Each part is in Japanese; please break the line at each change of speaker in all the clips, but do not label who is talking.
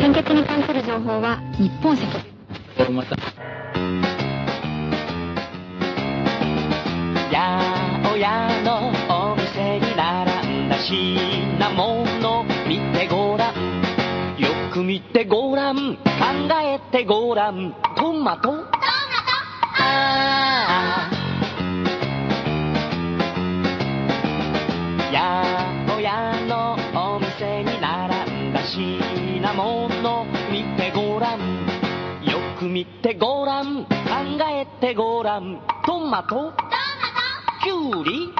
献血に関する情報は日本赤十字
また
八百屋のお店に並んだ品物見てごらんよく見てごらん考えてごらんトマトトマトああ八百屋のお店に並んだ品物見てごらんよく見てごらん考えてごらんトマトトマトきゅうりきゅうり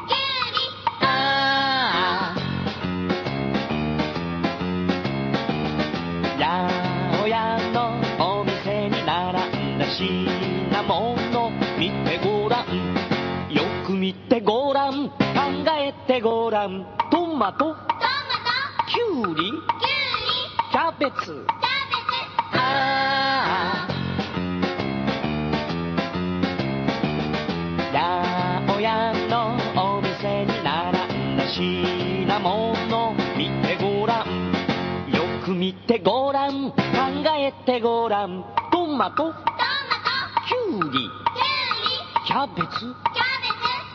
ああ八百屋のお店に並んだ品物見てごらんよく見てごらん考えてごらんトマトトマトきゅうりきゅうりキャベツキャベツああ八百屋のお店に並んだ品物見てごらんよく見てごらん考えてごらんトマトトマトきゅうりきゅうりキャベツキャベ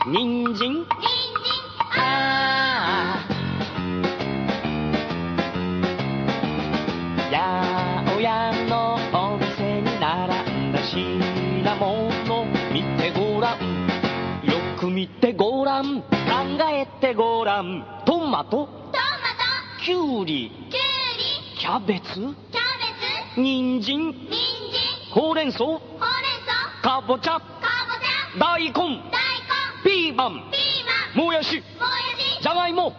ツ人参人参ああ八百屋のお店に並んだ品物見てごらんよく見てごらん考えてごらんトマトトマトきゅうりきゅうりキャベツキャベツ人参人参ほうれん草ほうれん草かぼちゃかぼちゃ大根大根ピーマンピーマンもやしもやしじゃがいもじゃがい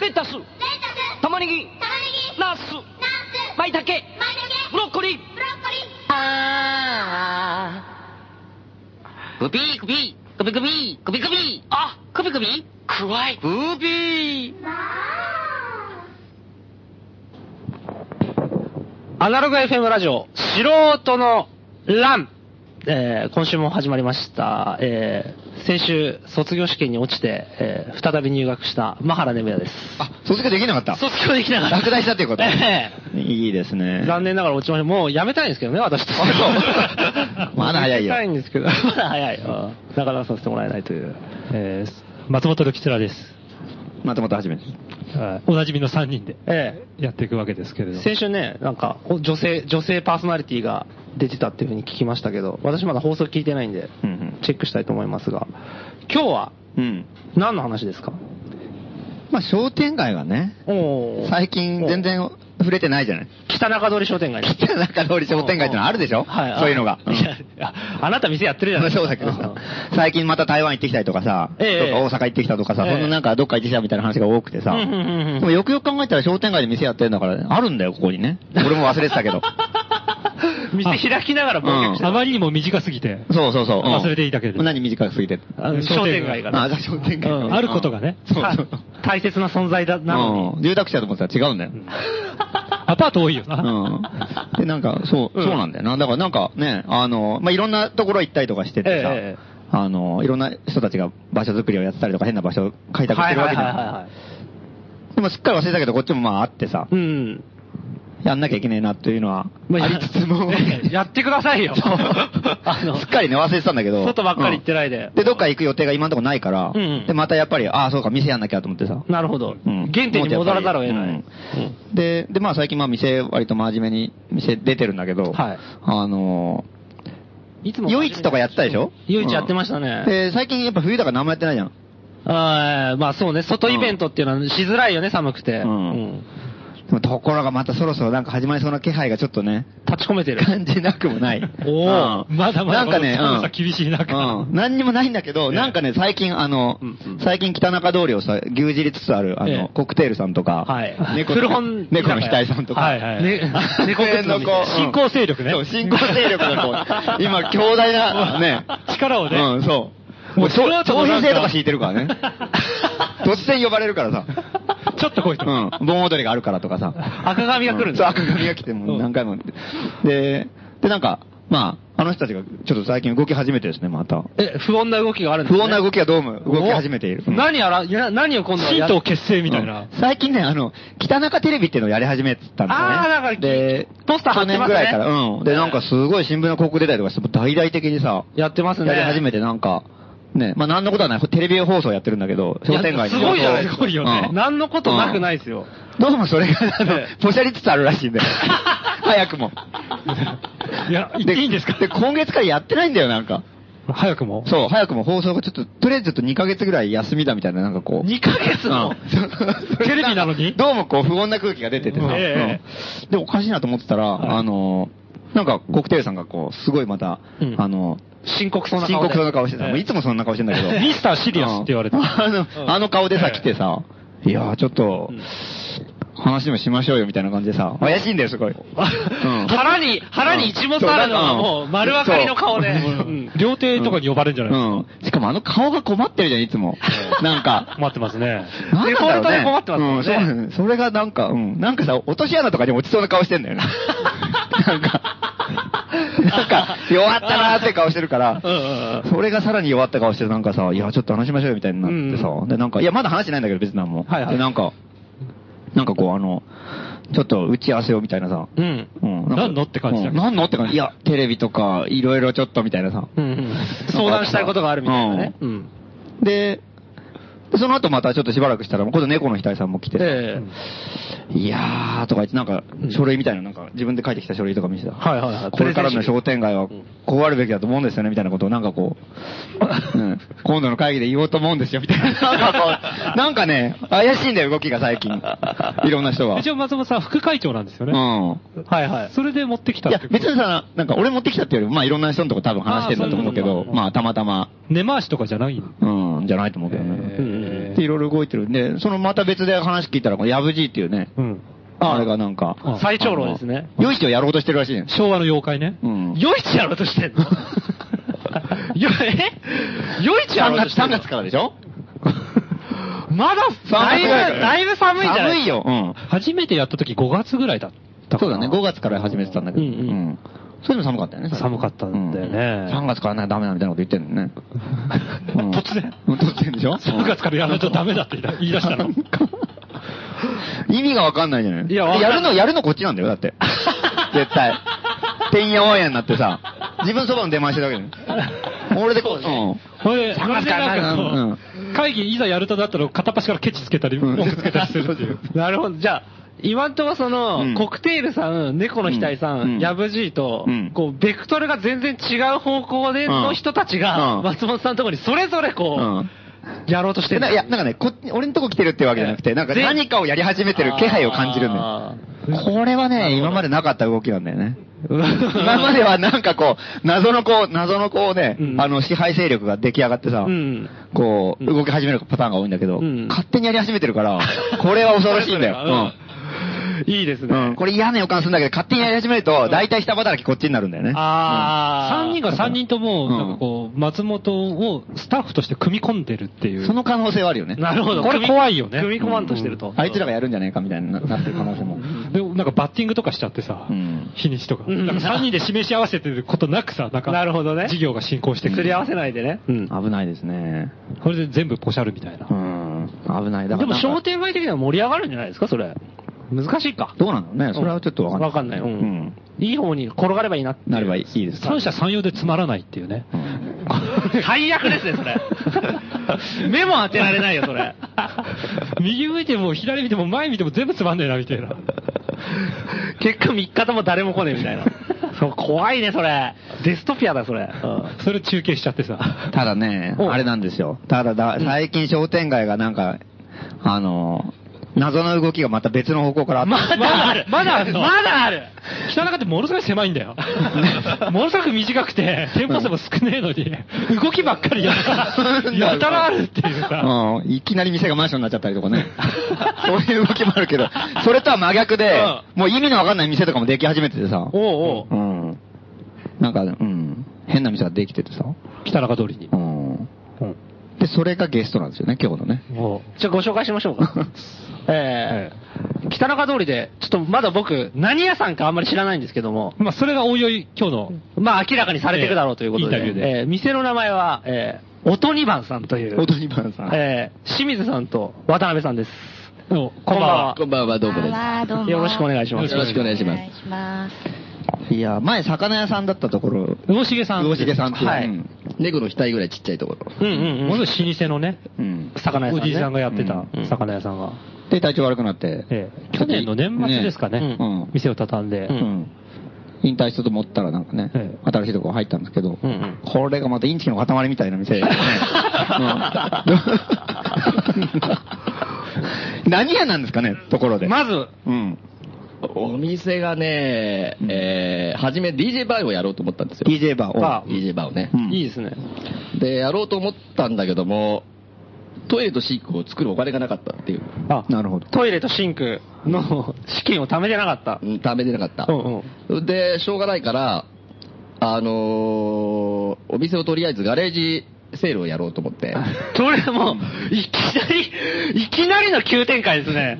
もレタスレタス玉ねぎナスマイタケブロッコリーあ
グビーグビーグビグビーグビグビー
ーあ
グビグビー
くわい
グビーアナログ FM ラジオ、素人のランえー今週も始まりました。えー先週、卒業試験に落ちて、えー再び入学した、マハラネムヤです。
あ、卒業できなかった。
卒業できなかった。
落第したっていうこと
え
いいです
え
ね
残念ながら落ちました。もうやめたいんですけどね、私として
あそう まだ早いよ
やめたいんです けど、まだ早い。うんなかなかさせてもらえないという。
えー松本るきつらです。
またまた初めて。
はいおなじみの3人で
え
やっていくわけですけれ
え
ども。
先週ね、なんか、お女性、女性パーソナリティが出てたっていうふうに聞きましたけど、私まだ放送聞いてないんで、
うん
チェックしたいと思いますが、今日は
うん。うん。
何の話ですか
まあ、商店街がね、
おー
最近全然触れてないじゃない。
北中通り商店街です
北中通り商店街ってのあるでしょ
はい。
そういうのが。うん
やああなた店やってるじゃないです
そ
か。
うだけど
ん、
最近また台湾行ってきたりとかさ、
ええ
とか大阪行ってきたとかさ、
ええ
そのなんかどっか行ってきたみたいな話が多くてさ、
うんうんうんうん
でもよくよく考えたら商店街で店やってるんだから、あるんだよ、ここにね。俺も忘れてた けど。
店開きながら冒険して
あまりにも短すぎて、
そうそうそう。うん
忘れていたけれども
何短く過ぎて。
あの商店街がね
あ、じゃあ商店街。
うん
あることがね
そうそう。
た大切な存在だなのに。
うん住宅地だと思ってたら違うんだよ。
アパート多いよ
う
な。
ん。で、なんか、そう、
うん
そうなんだよな。だからなんかね、あの、まあ、いろんなところ行ったりとかしててさ、
ええええ
あの、いろんな人たちが場所作りをやってたりとか変な場所を開拓してるわけじ
はいはいはい
ゃ
はい
ん。でもすっかり忘れたけど、こっちもまああってさ、
うん。
やんなきゃいけねえなっていうのは、ありつつも、
や やってくださいよ。あの
すっ、かりね、忘れてたんだけど。
外ばっかり行ってないで
うんで、どっか行く予定が今んとこないから、
うんうん
で、またやっぱり、ああ、そうか、店やんなきゃと思ってさ。
なるほど。
うん
原点に戻らざるを得ない。
うんで、で、まあ最近まあ店、割と真面目に店出てるんだけど、
はい
あの
いつ
ー、夜市とかやってたでしょ
夜市やってました
うん
ね。
で、最近やっぱ冬だから何もやってないじゃん。
あーまあそうね、外イベントっていうのはしづらいよね、寒くて。
うんでもところがまたそろそろなんか始まりそうな気配がちょっとね、
立ち込め てる。
感じなくもない。
おー
うん
まだまだ
なんかね、
寒さ
うん
厳しい中
うん。何にもないんだけど、
ええ
なんかね、最近あの
うんうん、
最近北中通りをさ、牛耳りつつある、あ
え
の、
え
コクテールさんとか、
はい
猫
古
の
本
猫の額さんとか、
はいはい。
ね、猫靴の
の
店
子
新興勢力ね
そう、新興勢力の 子。今、強大な、ね。
力をね
うん、そう。
も
も
う
う、
そ
そ
れは
う、
ちょっと
徴
なん
兵
か
制とか敷いてる からね。突然呼ばれるからさ。
ちょっと来いと。
うん、盆踊りがあるからとかさ。
赤髪が来るん
そう、
だ。
赤髪が来てもう何回も。で、で、なんか、まあ、あの人たちがちょっと最近動き始めてですね、また。
え、不穏な動きがあるんです、
不
ね、
穏な動きがどうも
お
動き始めている。うん
何やら、や何を今度は
神
や
道結成みたい
うん
な。
最近ね、あの、北中テレビっていうのをやり始めてたんですよね。
あーなんか
で、
ポスター貼っ
去
て
年
ますね
ぐらいから、うん。で、なんかすごい新聞の広告出たりとかして、もう大々的にさ、
やってますね。
やり始めてなんか、ね、まあ、なんのことはない、テレビ放送やってるんだけど、商店街に
いやすごいじゃないです
かすごいよね
何のことなくないですよ。
どうもそれが、あの
ええ、
ポシャりつつあるらしい んだよ。早くも。
いや、いいいんですか
で、今月からやってないんだよ、なんか。
早くも
そう、早くも放送がちょっと、とりあえずちょっと2ヶ月ぐらい休みだみたいな、なんかこう。
2ヶ月の
うん
テレビなのに
どうもこう不穏な空気が出ててさ。
うん
うんで、おかしいなと思ってたら、
はい
あのー、なんか、コクテルさんがこう、すごいまた、
うん
あの
深刻そう
ー、
な
深
顔で
刻そうな顔してた。
ええ
もういつもそんな顔してんだけど。
ミスターシリアスって言われて
うん
る
あの、あの顔でさ、
ええ
来てさ、いやー、ちょっと、話でもしましょうよみたいな感じでさ、怪しいんだよ、すごい。うん
腹に、腹に一物あるのはもう丸分かりの顔で。うん
料亭とかに呼ばれるんじゃないですか
うん。しかもあの顔が困ってるじゃん、いつも。なんか。
待ってますね。
なんなんだろうね
デフォルトで困ってますもんね
うん、そうなんですそれがなんか、うん、なんかさ、落とし穴とかにも落ちそうな顔して んだよね。なんか、なんか、弱ったなーって顔してるから
うんうんうん、
それがさらに弱った顔して、なんかさ、いや、ちょっと話しましょうよみたいになってさ、で、なんか、いや、まだ話してないんだけど、別に何も。
はいはい
で、なんか、なんかこう、あの、ちょっと打ち合わせをみたいなさ、
うん。
うんなんか
何のって感じだけ
うん
ど
何のって感じ。いや、テレビとか、いろいろちょっとみたいなさ。
うんうん相談したいことがあるみたいなね。
う
うん
で、その後またちょっとしばらくしたら、今度猫の額さんも来て、
え
いやーとか言って、なんか
う、ん
書類みたいな、なんか、自分で書いてきた書類とか見せた。
はいはいはい
これからの商店街は、
プレゼン資
こうあるべきだと思うんですよね、みたいなことを、なんかこう、うん、今度の会議で言おうと思うんですよ、みたいな。なんか こう、なんかね、怪しいんだよ、動きが最近。いろんな人が。
一応松本さん副会長なんですよね。
うん。
えはいはい。
それで持ってきた
い
っ
や
て、
別にさ、なんか俺持ってきたっていうよりも、まあいろんな人のとこ多分話してるんだと思うけ
あーそういう
ど
こ、とか
まあたまたま、
根回しとかじゃない
うん、じゃないと思うけど
へ
ね。
ー
うんで、いろいろ動いてるんで、そのまた別で話聞いたら、このヤブジーっていうね、
うん。
あれがなんか
あ、
最長老ですね
あの。よいしをやろうとしてるらしいね。
昭和の妖怪ね。
うん。
夜市やろうとしてん のよ、え夜市やろうとしてん
3
の
月からでしょ
まだ、だいぶ、だいぶ寒いんじゃない
寒いよ。うん。
初めてやった時5月ぐらいだったか
そう
な
だね、5月から始めてたんだけど。
うんうん
んそれでも寒かったよね。最初
寒かったんだよね
3月からなダメだみたいなこと言ってんのね。 うん
突然。
うん突然でしょ
3月からやらないとダメだって言い出したの。
意味がわかんないじゃない
いやわかんな
や
い
るの、やるのこっちなんだよ、だって。絶対。てんやわんやになってさ、自分そばの出回してるだけ だよ。俺でこう、うん。
ほいで、
3月から
なんかこう
うん
会議いざやるとなったら片っ端からケチつけたり、
うん
文句つけたりするっていう。
なるほど。じゃあ、今んとこその、
うん
コクテールさん、猫の額さ、
うんうんん
ヤブジーと、
うん
こう、ベクトルが全然違う方向で
う
の
ん
人たちが、
うん
松本さんのところにそれぞれこう、
うん
やろうとして
で
る。
ないや、なんかね、こ俺のとこ来てるってわけじゃなくて、なんか
全
何かをやり始めてる気配を感じるんだよ
あ。
これはね、今までなかった動きなんだ よね。今まではなんかこう、謎のこう、謎のこうね、
うん
あの、支配勢力が出来上がってさ、
うん
こう、
うん
動き始めるパターンが多いんだけど、
うん
勝手にやり始めてるから、 これは恐ろしいん だよ。
いいです
う
ね。
ん。うんこれ嫌な予感するんだけど、勝手にやり始めると、大体下働きこっちになるんだよね。
あー。
3人が3人とも、
うん
なんかこう、松本をスタッフとして組み込んでるっていう。
その可能性はあるよね。
なるほど。
これ怖いよね
組み込まんとしてると。
あいつらがやるんじゃねえかみたいにななってる可能性も。
でもなんかバッティングとかしちゃってさ、
うん
日にちとか。
ん
なんか3人で示し合わせてることなくさ、なんか、
なるほどね
事業が進行してく
すり合わ
せ。
せないでね。うん。
危ないですね。
これで全部ポシャるみたいな。
うん。危ない。だ
でも
からなんか
商店街的には盛り上がるんじゃないですか、それ。難しいか。
どうなのね、それはちょっとわかんない。
わかんない。う
うんん。
いい方に転がればいいなっていう
なればいいいいです。
三者三様でつまらないっていう ね。
うん
最悪ですね、 それ。目も当てられないよ、それ。
右向いても左見ても前見ても全部つまんねえなみたいな。
結果3日とも誰も来ねえみたいな。そう怖いね、それ。デストピアだ、それ。
それ中継しちゃってさ。
ただね、
お
あれなんですよ。ただだ、最近商店街がなんか、あの、謎の動きがまた別の方向からあって
まだ ある
まだあるの
まだあ る
北中ってものすごい狭いんだよ。ものすごく短くて、店舗数も少ねえのに、動きばっか りや
うん
やたらあるっていうさ。
うん、いきなり店がマンションになっちゃったりとかね。 そういう動きもあるけど、それとは真逆で、もう意味のわかんない店とかもでき始めててさ。
おうおう
うん。なんか、うん。変な店ができててさ。
北中通りに
う。ん。で、それがゲストなんですよね、今日のね。
も
じゃあご紹介しましょうか。
う、
えー北中通りで、ちょっとまだ僕、何屋さんかあんまり知らないんですけども、
まあ、それがおいおい今日の、
まあ明らかにされていくだろうということで、
ええインタビューで
えー店の名前は、えー、音二番さんという、
オトニバンさん。
えー清水さんと渡辺さんです。
の
こんばんは
こんばんは、どうもです。
あーどうも
よろしくお願いします
よろしくお願いします
お願いします。
いや、前、魚屋さんだったところ、
魚重さん。
魚重さんっていう。
はい
うん
猫の額ぐらいちっちゃいところ。
うんうんうん。
ものすごい老舗のね、
うん。
魚屋さん、
お
ね。
じいさんがやってた
うん
魚屋さんが。
で、体調悪くなって。
ええ去年の年末ですかね、
ね
うん
店を畳んで、
うん引退したと思ったらなんかね
ええ、
新しいとこ入ったんですけど
うんうん、
これがまたインチキの塊みたいな 店でねうん 何屋なんですかね、ところで。
まず、
うん。
お店がね、えー、初め DJ バーをやろうと思ったんですよ。
DJ バー
バ
を。
DJ バーをね
う。ん
いいですね。
で、やろうと思ったんだけども、トイレとシンクを作るお金がなかったっていう。
あ、
なるほど。
トイレとシンクの資金を貯めてなかった。
うん、食べれなかった
う。んうん。
で、しょうがないから、あのー、お店をとりあえずガレージセールをやろうと思って。
それも、いきなり、いきなりの急展開ですね。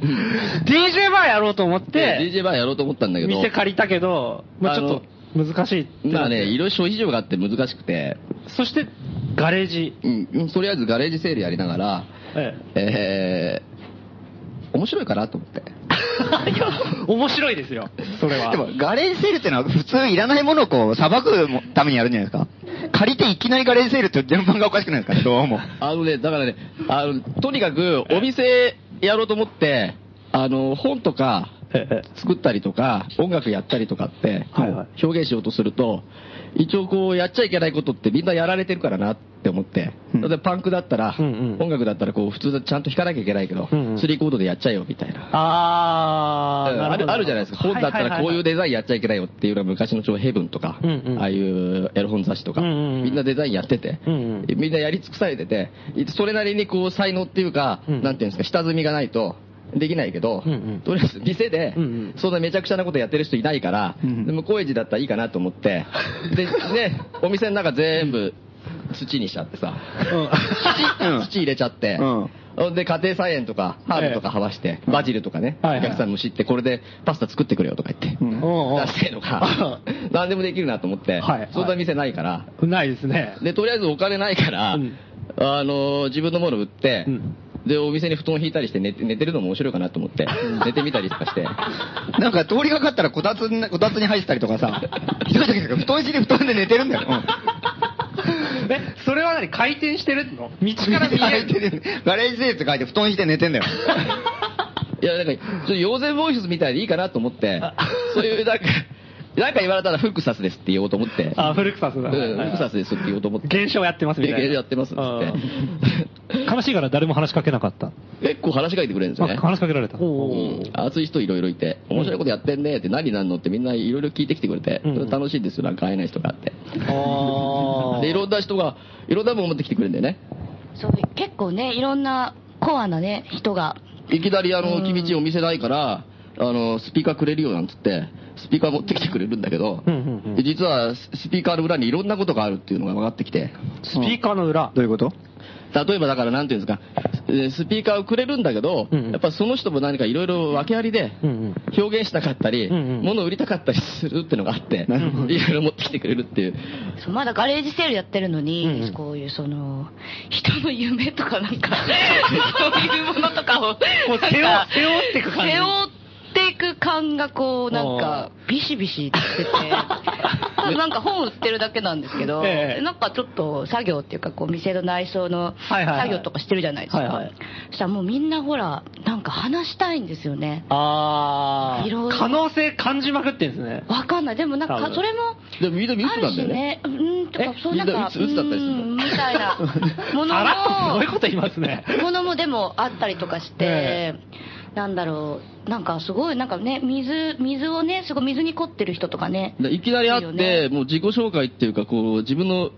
DJ バーやろうと思っ
で、
て、
DJ バーやろうと思ったんだけど、
店借りたけど、まあ
あ
ちょ
の
っと難しいって
ま
な
あ
っ
ね、
て。
いろいろ諸事情があって難しくて、
そして、ガレージ。
うん、うんとりあえずガレージセールやりながら、
え
えー、面白いかなと 思って。
えいや面白いですよ、それは。
でも、ガレージセールってのは普通いらないものをこう、裁くためにやるんじゃないですか借りていきなりガレージセールって順番がおかしくないですか ね、どうも。
あのね、だからね、あの、とにかくお店やろうと思って、あの、本とか
ええ
作ったりとか、音楽やったりとかって、
はいはい
表現しようとすると、一応こう、やっちゃいけないことってみんなやられてるからなって思って、
うん
だってパンクだったら、
うんうん
音楽だったらこう、普通だとちゃんと弾かなきゃいけないけど、
うんうん
スリーコードでやっちゃえよみたいな。
あー、な
あ
ほ
る
ど
あるじゃないですか。本だったらこういうデザインやっちゃいけないよっていうのは昔の超ヘブンとか
うんうん、
ああいうエロ本雑誌とか、
うんうんうん
みんなデザインやってて
うんうん、
みんなやり尽くされてて、それなりにこう才能っていうか、
うん
なんていうんですか、下積みがないと、できないけど、
うんうん
とりあえず店で
うんうん、
そんなめちゃくちゃなことやってる人いないから、
うんうん
でも高円寺だったらいいかなと思って、で、ね、お店の中全部土にしちゃってさ、
うん
土入れちゃって、で、家庭菜園とか、ハーブとかはわして、バジルとかね、
はいはい
お客さんに虫って、これでパスタ作ってくれよとか言って、
うん
おうおう
出してるのが、何でもできるなと思って、
はい
そんな店ないから、
ないです ね。
で、とりあえずお金ないから、
うん
あのー、自分のもの売って、
うん
で、お店に布団引いたりして寝て、寝てるのも面白いかなと思って、寝てみたりとかして、
なんか通りがかったらこたつに、こたつに入ってたりとか さ、ひどい時なんか布団敷に布団で寝てるんだよ。
え、それは何回転してるの道から見える。
ガレージセールって書いて布団敷いて寝てんだよ。
いや、なんか、ちょっと妖精ボイスみたいでいいかなと思 って、そういう、なんか、なんか言われたらフックサスですって言おうと思って、
あ、フルクサス
う
だ。
ん、フックサスですって言おうと思って。
現象やってますみたいな。
現象やってますっつって
悲しいから誰も話しかけなかった。
結構話しかけてくれるんですよね
あ。話しかけられた。
うん熱い人いろいろいて、面白いことやってんねって何になんのってみんないろいろ聞いてきてくれて、
うん
それ楽しいんですよ、なんか会えない人があって。
あ
で、いろんな人が、いろんなもん持ってきてくれるんだよね。
そう結構ね、いろんなコアなね、人が。
いきなりあ
う
の、
ん
君ちお店ないから、あの、スピーカーくれるよなんつって、スピーカー持ってきてくれるんだけど、
うんうんうん
実はスピーカーの裏にいろんなことがあるっていうのが分かってきて、
スピーカーの裏。
どういうこと
例えばだからなんていうんですか、えースピーカーをくれるんだけど、
うんうん
やっぱその人も何かいろいろ訳ありで、
うんうん
表現したかったり、
うんうん
物を売りたかったりするってのがあって、
なるほ
いろいろ持ってきてくれるっていう。
そうまだガレージセールやってるのに、
うんうん
こういうその、人の夢とか なんか、そういうものとかを、
もう背負
なんか
背負ってく感じ
背負っていく感がこう、なんか、ビシビシってて、 なんか本売ってるだけなんですけど、
ええ
なんかちょっと作業っていうか、こう、店の内装の
はいはいはい
作業とかしてるじゃないですか。
はいはい
そしたらもうみんなほら、なんか話したいんですよね。
あ
いろいろ
可能性感じまくってんですね。
わかんない。でもなん
多
か
分、
それも、
でもみんなミスなんだよね。
あるしね。うん、とか
え、
そうなん
みんな
か、
鬱鬱だったりするの
うんみたいなもの
あらすごい
も、
こと言いますね。
ものもでもあったりとかして
え、
なんだろう、なんかすごい、なんかね、水、水をね、すごい水に凝ってる人とかね。
でいきなり会
いい
っ
よ
て、
ね
もう自己紹介っていうか、こう、自分の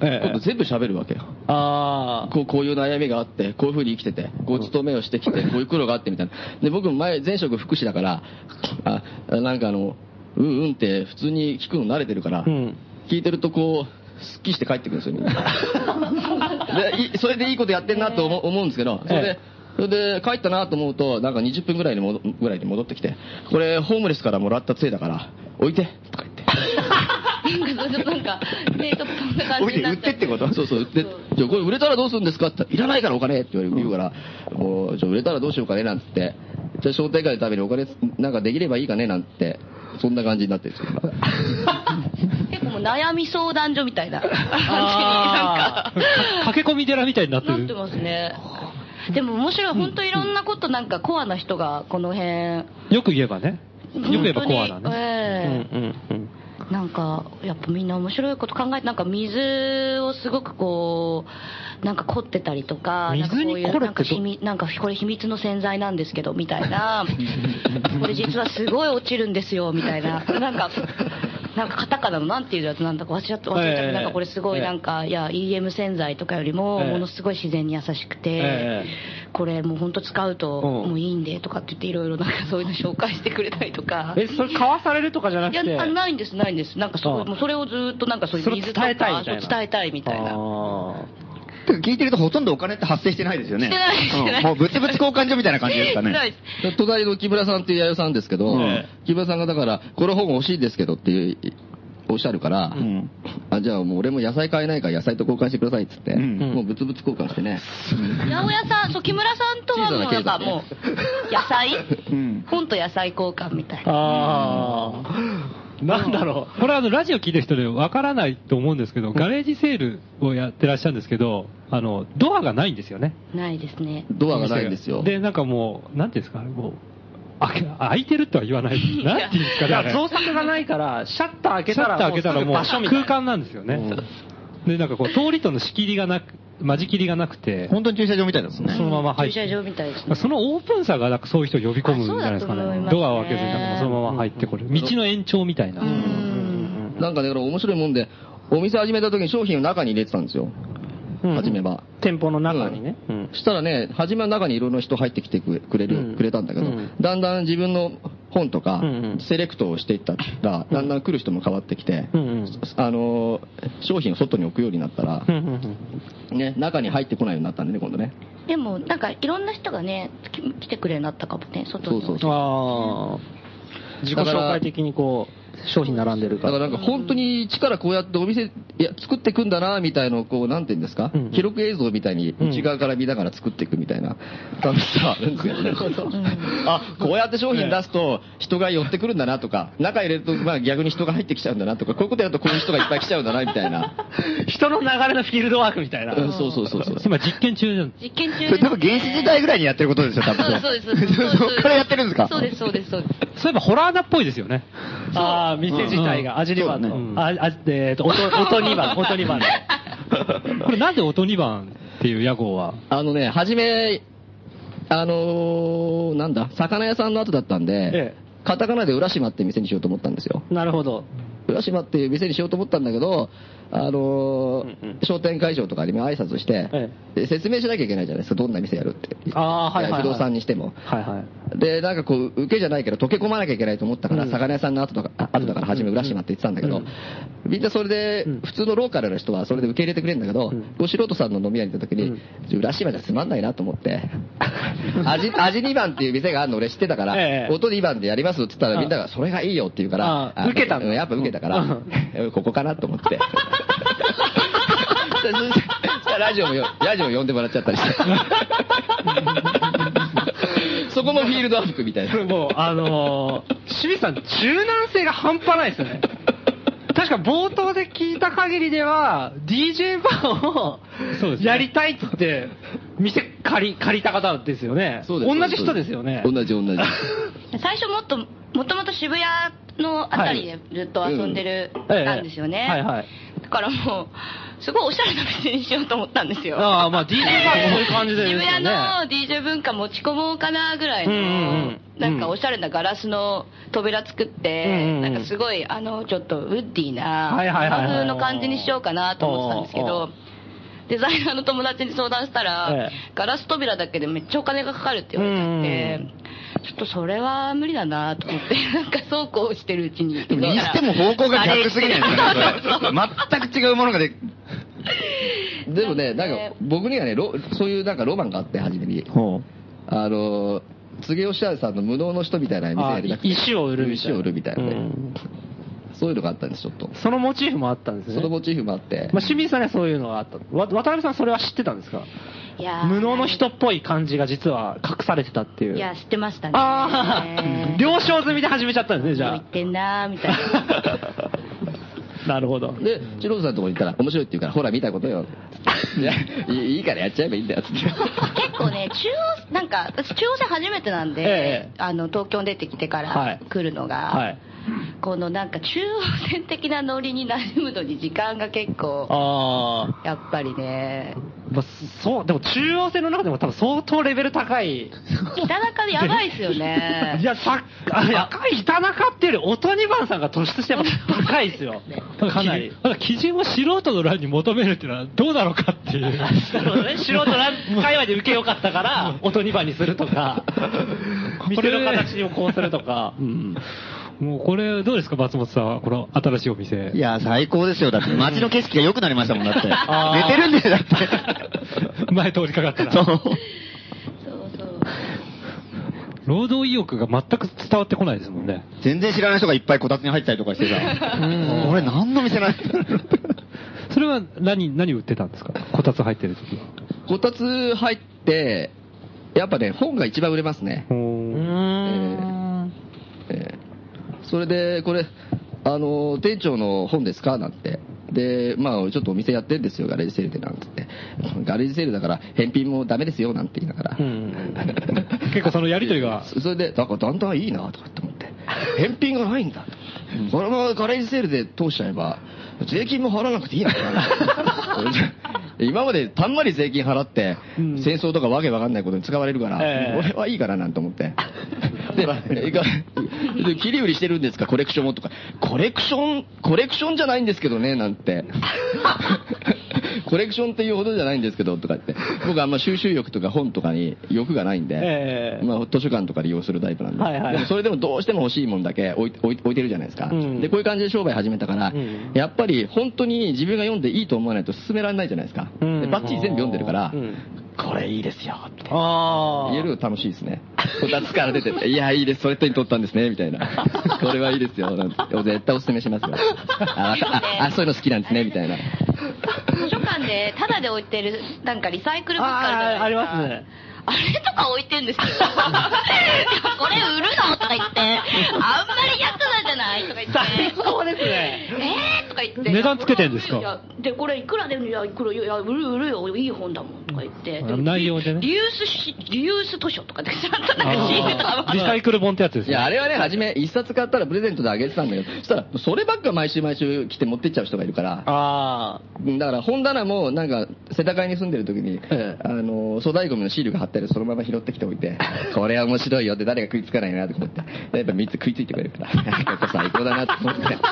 え
こと全部喋るわけよ。
あー
こうこういう悩みがあって、こういうふうに生きてて、こういう勤めをしてき て、こういう苦労があってみたいな。で、僕も前、前職福祉だから、あ、なんかあの、うんうんって普通に聞くの慣れてるから、
うん。
聞いてるとこう、すっきりし て帰ってくるんですよ、みんな。でいそれでいいことやってんなと思う思うんですけど、それで、それで、帰ったなと思うと、なんか20分ぐらいに戻ぐらいに戻ってきて、これ、ホームレスからもらった杖だから、置いて、とか言って。
なんか、ちょっとなんか、ね、ちょっとそんな感じになっちゃ
てことそうそう、売って、じゃあこれ売れたらどうするんですかって言ったらいらないからお金って言われる言うから、もう、じゃあ売れたらどうしようかねなんつって、じゃあ商店街のためにお金、なんかできればいいかねなんて、そんな感じになってるんですよ。
結構もう悩み相談所みたいな感じになんか。
か駆け込み寺みたいになって
なっ
る
て。ますね。でも面白い、本当いろんなことなんかコアな人がこの辺。
よく言えばね。よく言えばコアだ
本当に
ね。
ええ
うんうん。
なんか、やっぱみんな面白いこと考えて、なんか水をすごくこう、なんか凝ってたりとか、
水に凝るってど
なんかこういうなんか秘密なんかこれ秘密の洗剤なんですけど、みたいな、これ実はすごい落ちるんですよ、みたいな、なんか、なんかカタカナのなんていうやつなんだか忘れちゃった、忘れちゃっ
え
た、
え
なんかこれすごいなんか、いや、EM 洗剤とかよりも、
ええ
ものすごい自然に優しく
え
て、これもう本当使うと、
うん
もういいんで、とかって言って、いろいろなんかそういうの紹介してくれたりとか。
え、それ買わされるとかじゃないく
や
て。
あないんです、ないんです、なんかそ
あ
うもうそれをずーっとなんかそういう
それ
水とか
伝えたいみたいな
そう伝えたいみたいな、
あ
てか聞いてるとほとんどお金って発生してないですよね。
してないしてない
うんもう物々交換所みたいな感じです かね。
ないです
隣の木村さんっていう弥生さんですけど、
うん
木村さんがだから、この本欲しいんですけどっていうおっしゃるから、
ん
あじゃあもう俺も野菜買えないから野菜と交換してくださいっつって、
うん
もう物々交換してね。
八百屋さん、そう木村さんとはもうなんかもう、野菜、
うん
本と野菜交換みたい
あ
な、
あ。なんだろう。これあの、ラジオ聞いてる人でわからないと思うんですけど、ガレージセールをやってらっしゃるんですけど、あの、ドアがないんですよね。
ないですね、
ドアがないんですよ。
で、なんかもう、なんていうんですか、もう、開け開いてるとは言わない。なんていうんですか
ー
ね
だ
あれ
から。造作がないから、シャッター開け
シャ
た
ッ
ら、
ター開けたらもう
場所みたい
空間なんですよね。で、なんかこう、通りとの仕切りがなく、間仕切りがなくて、
本当に駐車場みたいですね。
そのまま入っ
駐車場みたいですね、
そのオープンさがなんかそういう人を呼び込むんじゃないですか
あそうだと思い
ね
ま。すね
ドアを開けずに、なんかそのまま入ってこれ、道の延長みたいな。
う、
うんん
なんかだから面白いもんで、お店始めた時に商品を中に入れてたんですよ。
うん
初めは。
店舗の中にね。
う
うん
んしたらね、初めは中にいろんな人入ってきてくれる、
うん
くれたんだけど、
うん
だんだん自分の本とか、
うんうん
セレクトをしていったら、だんだん来る人も変わってきて、
うんうん
あのー商品を外に置くようになったら
う、んうん
ね、中に入ってこないようになったんでね、今度ね。
でもなんかいろんな人がね、き来てくれるようになったかもね、外に
そう
うんああ。自己紹
だから
介的にこう、商品並んでる
だか
からら。
なんか本当に一からこうやってお店、いや、作っていくんだな、みたいのをこう、なんていうんですか、
うんうん
記録映像みたいに
うん
内側から見ながら作っていくみたいな楽しさはあるんですよね。
ん
あ、こうやって商品出すと人が寄ってくるんだなとか、中入れるとまあ逆に人が入ってきちゃうんだなとか、こういうことやるとこういう人がいっぱい来ちゃうんだな、みたいな。
人の流れのフィールドワークみたいな。
うんそうそうそうそう。
今実験中じゃん。
実験中
それ多分原始時代ぐらいにやってることですよ、多分。
そうですそうですそうで す
そっからやってるんですか
そうですそうですそうです
そういえばホラー穴っぽいですよね。
ああ、店自体が、味2番の
うん。
あ、あえっと、音2番、 音2番の。
これなんで音2番っていう屋号は。
あのね、はじめ、あのーなんだ、魚屋さんの後だったんで、
ええ
カタカナで浦島って店にしようと思ったんですよ。
なるほど。
浦島っていう店にしようと思ったんだけど、あのー
うんうん
商店会場とかにも挨拶して、
え
で説明しなきゃいけないじゃないですか、どんな店やるって。
ああ、はいはいはい。
不動産にしても。
はいはい。
で、なんかこう、受けじゃないけど、溶け込まなきゃいけないと思ったから、
うん
魚屋さんの後とか、あ後だから初め浦島って言ってたんだけど、みんなそれで
うん、
普通のローカルの人はそれで受け入れてくれるんだけど、
ん
ご素人さんの飲み屋に行った時
う
に
ん、
ちょ浦島じゃつまんないなと思って、 味、味2番っていう店があるの俺知ってたから、
ええ
音2番でやりますって言ったらみんなが、それがいいよって言うから
あ、あ受けたんだ
うんやっぱ受けたから、うんここかなと思って。 そしたらラジオもよ、ラジオも呼んでもらっちゃった りして。そこもフィールドアップみたいな
こ。れ もう、あのー、清水さん、柔軟性が半端ないですね。確か冒頭で聞いた限りでは、DJ バ
そ
ー
う
を
ですね
やりたいって言って、店借り、借りた方ですよね。
そうです
同じ人ですよね。
同じ 同じ。
最初もっともともと渋谷のあたりでずっと遊んでる、
ええ
なんですよね、
はいはい。
だからもうすごいおしゃれな店にしようと思ったんですよ
ああ、まあ DJ バーもそういう感じでですよ
渋
ね。
谷の DJ 文化持ち込もうかなぐらいの、
うんうんうん
なんかおしゃれなガラスの扉作って、
うんうんうん
なんかすごいあのちょっとウッディな
はいはいはいはい
和風の感じにしようかなと思ってたんですけ
おーお
どデザイナーの友達に相談したら、
え
ガラス扉だけでめっちゃお金がかかるって言われちゃって、ちょっとそれは無理だなと思って、 なんかそうこうしてるうちに。
でも、にしても方向が逆すぎ ないですかねそれ、全く違うものがで、
でもね、なんか僕にはね、ロそういうなんかロマンがあって、初めに。あの、柘植義治さんの無能の人みたいな店やりたくて
あ石を売るみたいな
石を売るみたいなね
うん
そういうのがあったんです、ちょっと。
そのモチーフもあったんですね。
そのモチーフもあって
まあ、。清水さんにはそういうのがあった。わ渡辺さんそれは知ってたんですか
いやー
無能の人っぽい感じが実は隠されてたっていう。
いや、知ってましたね。
ああ、了承済みで始めちゃったんですね、じゃ
言ってんなーみたい な。
あ。なるほど。
で、チローズさんのとこに行ったら、面白いって言うから、ほら見たことよ。いや、いいいいからやっちゃえばいいんだよ、つって。
結構 ね、中央、なんか、私中央線初めてなんで、
ええ
あの、東京に出てきてか
は
ら
い
来るのが、
はい。
このなんか中央線的なノリに馴染むのに時間が結構、
ああ。
やっぱりね、
まあ、そう、でも中央線の中でも多分相当レベル高い。
北中でやばいっすよね。
いや、さあ、いや高い、北中っていうより、音二番さんが突出してやっぱ高いですよ。かなり。
ただ基準を素人の欄に求めるっていうのはどうなのかっていう。
なるほどね。素人な界隈で受けよかったから、音2番にすると か、店の形をこうするとか。うん
もうこれどうですか、松本さんは、この新しいお店。
いや、最高ですよ。だって、街の景色が良くなりましたもん、だって。
あー
寝てるんだよ、だ
前通りかかった
って。そ
ら。
う。
そうそう。
労働意欲が全く伝わってこないですもんね。
全然知らない人がいっぱいこたつに入ったりとかしてさ。俺何の店なんだろう
それは何、何売ってたんですかこたつ入ってる時は。
こたつ入って、やっぱね、本が一番売れますね。
ほ
う
ー
ーん。
えーそれで、これ、あのー、店長の本ですかなんて。で、まあ、ちょっとお店やってんですよ、ガレージセールで、なんつって。ガレージセールだから、返品もダメですよ、なんて言いながら。
結構そのやりとりが。
そそれで、だからだんだんいいな、とかって思って。 返品がないんだ。このままガレージセールで通しちゃえば、税金も払わなくていいのか な。今までたんまり税金払って、戦争とかわけわかんないことに使われるから、
ええ
俺はいいからなんて 思って。で、いかで切り売りしてるんですか、コレクションもとか。コレクション、コレクションじゃないんですけどね、なん て。コレクションっていうほどじゃないんですけど、とかって。僕あんま収集欲とか本とかに欲がないんで。
ええ
まあ、図書館とか利用するタイプなんで、
はいはい
でもそれでもどうしても欲しいもんだけ置い置い置いてるじゃないですか、
うん
でこういう感じで商売始めたから、
うん
やっぱり本当に自分が読んでいいと思わないと進められないじゃないですか、
うん
でバッチリ全部読んでるから、
うん
これいいですよって
ああ。
言えるの楽しいですね、こたつから出てって、いや、いいです、それ手に取ったんですねみたいな、 これはいいですよなんて、絶対おすすめしますよ、あああそういうの好きなんですねみたいな。
図書館でタダで置いてるなんかリサイクルブックあるじゃないですか
あーありますね
あれとか置いてんですよ いやこれ売るのとか言ってあんまりやつなんじゃないとか言って
最高ですね。
えーとか言って
値段つけてんですか
いやでこれいくらでもいやいくらいや売る売るよいい本だもんとか言ってでも
内容でね
リユースしリユース図書とかでちゃんとなんかシールとかも
リサイクル本ってやつです
い
ね
や、あれはね、初め、一冊買ったらプレゼントであげてたんだけど、そしたら、そればっか毎週毎週来て持ってっちゃう人がいるから、
あ
だから本棚もなんか世田谷に住んでる時に、
ええ
あの粗大ゴミのシールが貼ってあるそのまま拾ってきておいてこれは面白いよって誰が食いつかないなとか思ってでやっぱ3つ食いついてくれるからやっぱ最高だなと思って
ゴミをね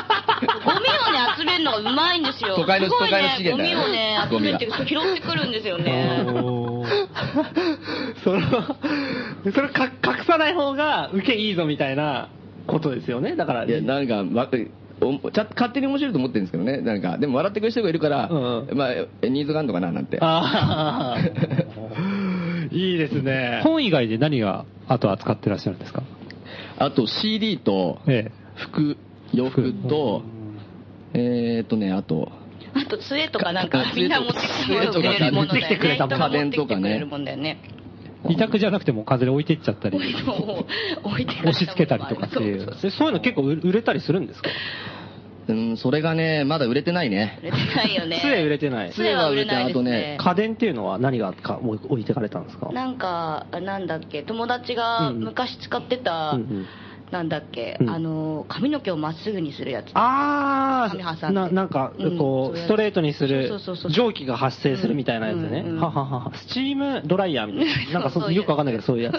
集めるのがうまいんですよ
都会の
すごいね
都会の資源だよね
ゴミをね集め
ゴ
て拾ってくるんですよね
その、それか隠さない方が受けいいぞみたいなことですよね。だから、
いやなんか、まおちゃ勝手に面白いと思ってるんですけどねなんかでも笑ってくれる人がいるから、
うん
まあ、えニーズがあるのかななんて
ああ。いいですね。
本以外で何が、あと扱ってらっしゃるんですか
あと CD と
え
服洋服とえーっとねあと
あと杖とかなんかみんな持ってきてもらう
杖とか
持ってきてくれるものだよね。
家電とか
持ってきて
ね
くれるもんだよね。
え。委託じゃなくても風で置いてっち ゃったり、
置いてくれたものもある
押し付けたりとかってい
そうそ。
でそういうの結構売売れたりするんですか
うんそれがねまだ売れてないね
売れてないよね。
杖売れてない
杖は売れないです
杖は売れてない
ね。
家電っていうのは何がかもう置いてかれたんですか
なんか、なんだっけ、友達が昔使ってた、
うんうん
なんだっけ、
うん
あの、髪の毛をまっすぐにするやつ。
あ
紙挟ん
あ
で
ななんか
うんそ
こ
う
う
いうやつ
ストレートにする
そうそうそうそう
蒸気が発生するみたいなやつね
うんうん
ははははスチームドライヤーみたい ななんか
そう
そ
そういうやつ
よくわかんないけどそういうや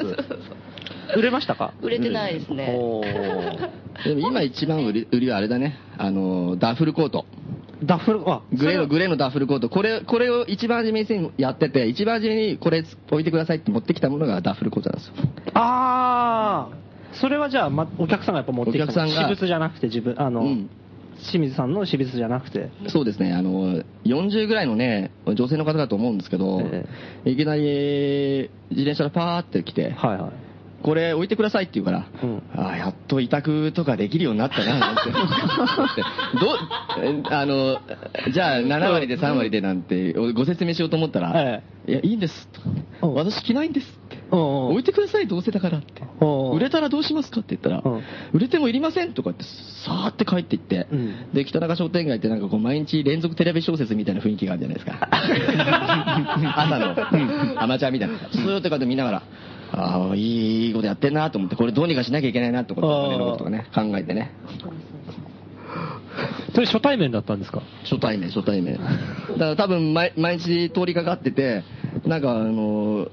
つ売れましたか
売れてないですね。
おー
でも今一番売り売りはあれだね。あの、ダッフルコート。
ダッフルあ
グレーの、グレーのダッフルコート。これ、これを一番初めにやってて、一番初めにこれ置いてくださいって持ってきたものがダッフルコートなんですよ。
ああそれはじゃあ、ま、お客さんがやっぱ持ってきた
お客さんが
私物じゃなくて自分あの、
うん
清水さんの私立じゃなくて。
そうですね、あの、40ぐらいのね、女性の方だと思うんですけど、
え
いきなり自転車でパーって来
は
て、
いはい。
これ置いてくださいって言うから、
うん
ああ、やっと委託とかできるようになったな、なんて。 どう、えあの、じゃあ7割で3割でなんてご説明しようと思ったら
え、
いや、いいんです、と
うん
私着ないんですって。
お
置いてください、どうせだからって。
おうおう
売れたらどうしますかって言ったら
うん、
売れてもいりませんとかって、さーって帰っていって
うん、
で、北中商店街ってなんかこう、毎日連続テレビ小説みたいな雰囲気があるじゃないで すか。朝の、アマチュアみたいな。そういうとかで見ながら、ああ、いいことやってんなと思って、これどうにかしなきゃいけないなと思って、お金のこととかね、考えてね。
それ初対面だったんですか
初対面、初対面。だから多分毎、毎日通りかかってて、なんかあのー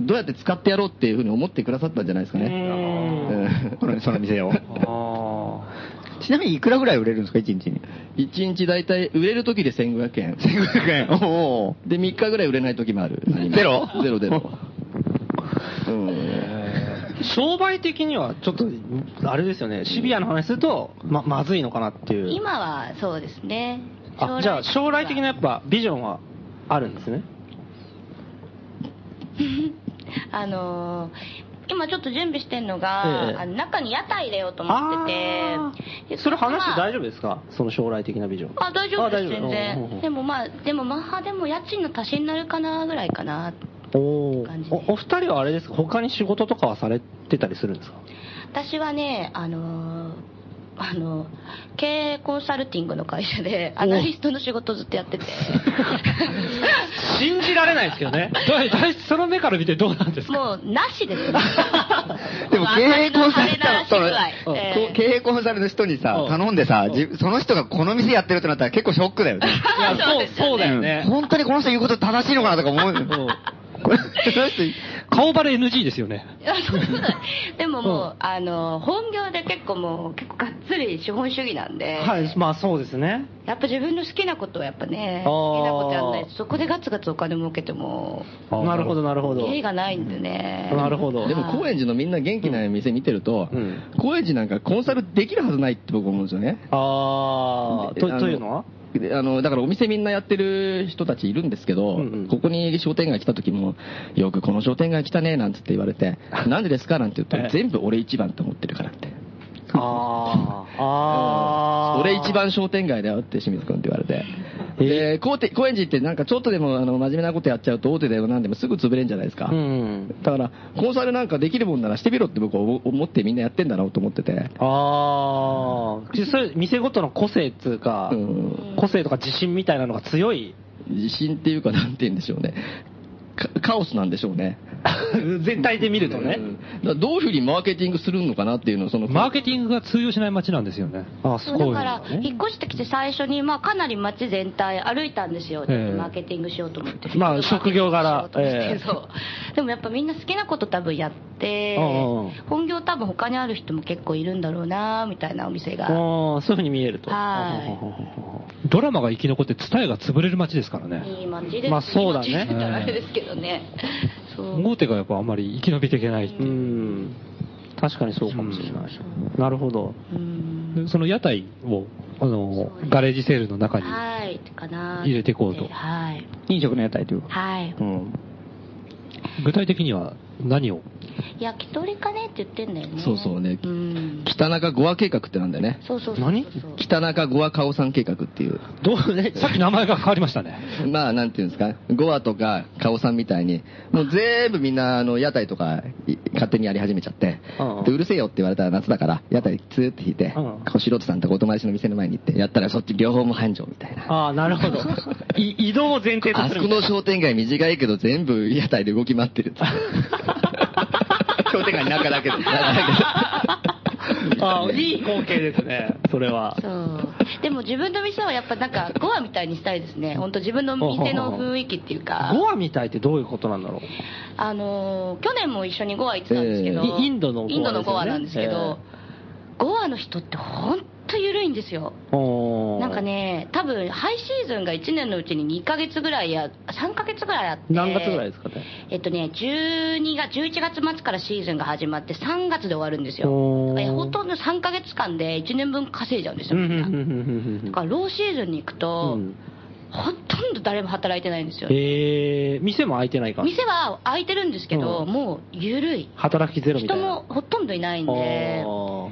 どうやって使ってやろうっていうふうに思ってくださったんじゃないですかね。
このその店 を。
あ
ちなみにいくらぐらい売れるんですか、一日に。
1日大体、売れる時で1500円。
1500円。おお。
で、3日ぐらい売れない時もある。
ゼロ
ゼロゼロ。 うん。
ー商売的にはちょっと、あれですよね、シビアな話すると、ま、まずいのかなっていう。
今はそうですね
あ、じゃあ将来的なやっぱビジョンはあるんですね。
あのー今ちょっと準備してるのが、
ええ
あの中に屋台入れようと思っててで
それ話して大
夫
丈夫ですかその将来的なビジョン。
あ大丈夫です全
あ大丈夫
然でもまあでもマッハでも家賃の足しになるかなぐらいかな
お
感じ
ーおお二人はあれですか他に仕事とかはされてたりするんですか
私はねあのーあの経営コンサルティングの会社でアナリストの仕事ずっと やってて
信じられないですけどね。
だいだいその目から見てどうなんですか
もうなしで
で
す
も経営コンサル
の
その
そ
こう経営コンサルの人にさ、頼んでさ、じその人がこの店やってるとなったら結構ショックだよね。
いや、そう、そうだよ
う
ね
ん。本当にこの人言うこと正しいのかなとか思うよ。これその人
顔バレ NG ですよね。
いやそんなことないでももう、あの本業で結構もう結構がっつり資本主義なんで、
はい、まあそうですね。
やっぱ自分の好きなことをやっぱね
あー
好きなことやんないとそこでガツガツお金儲けても
あ
なるほど、なるほど。
芸がないんでね
なるほど。
でも高円寺のみんな元気な店見てると、
うん
高円寺なんかコンサルできるはずないって僕思うんですよね。
あー、
であ
と
の
というのは
であの、だからお店みんなやってる人たちいるんですけど、
うんうん
ここに商店街来た時も、よくこの商店街来たね、なんつって言われて、 なんでですかなんて言うと
ええ
全部俺一番と思ってるからって。
あー、あー。
俺一番商店街だよって清水君って言われて。で、高手高円寺ってなんかちょっとでもあの真面目なことやっちゃうと大手でもなんでもすぐ潰れんじゃないですか。
うん。
だから、コンサルなんかできるもんならしてみろって僕は思思ってみんなやってんだろうと思ってて。
あー。それ、店ごとの個性っつうか、
うん
個性とか自信みたいなのが強い。
自信っていうか、なんて言うんでしょうね。かカオスなんでしょうね。
全体で見るとね
う。んだからどういうふうにマーケティングするのかなっていうのをその、
マーケティングが通用しない街なんですよね。
あ、
そ
す
うだ
ごい。
から
ね
引っ越してきて最初に、まあ、かなり街全体歩いたんですよ、
ええ
マーケティングしようと思って
まあ職業柄
マーケティングしようと思ってそうでもやっぱみんな好きなこと多分やって
うんうん
本業多分他にある人も結構いるんだろうなみたいなお店が
あーそういうふうに見えると。
は
ドラマが生き残って、伝えが潰れる街ですからね。
いい街です、
まあそうだね
いい街って言ったらあれですけどね、そう
大手がやっぱあんまり生き延びていけないって
う。
いうん
確かにそうかもしれない。なるほど。
うん
でその屋台を、あの、ガレージセールの中に。
はいかな
入れてこうと
はい
飲食の屋台というか。
はい
うん。
具体的には何を
焼き鳥かねって言ってんだよね
そうそうね
ん
北中ゴア計画ってなんだよね。
そうそうそうそう
何
北中ゴアカオさん計画っていう。
どうね、さっき名前が変わりましたね。
まあ、なんていうんですか、ゴアとかカオさんみたいに、もう全部みんな、あの、屋台とか、い勝手にやり始めちゃって
うんうん、
で、うるせえよって言われたら夏だから、屋台ツーって引いて、
うん
こう素人さんとかお友達の店の前に行って、やったらそっち両方も繁盛みたいな。
ああ、なるほ ど。い移動を前提と
あ
す
そ
る
こ
みたい
の商店街短いけど全部屋台で動き回ってる。 商店街の中だけど。
な。 ああ、いい光景ですね、それは。
そうでも自分の店はやっぱなんかゴアみたいにしたいですね本当自分の店の雰囲気っていうか
ゴアみたいってどういうことなんだろう
あのー去年も一緒にゴア行ってたんですけど、
ええイインドのゴアですよね
インドのゴアなんですけど、ゴアの人って本と緩いんですよ。
おー
なんか、ね、多分ハイシーズンが1年のうちに2ヶ月ぐらいや、3ヶ月ぐらいあって、
何月ぐらいですかね。
えっとね、12月、11月末からシーズンが始まって、3月で終わるんですよ。
おー
だからほとんど3ヶ月間で1年分稼いじゃうんです
う
よ、
ん
み
う
ん
ん
な。
うんうん
だからローシーズンに行く
う
と、
ん
ほとんど誰も働いてないんですよ。
えー、店も開いてないから。
店は開いてるんですけど、
うん
もう緩い。
働きゼロみた
人
いな。
もほとんどいないんで、
も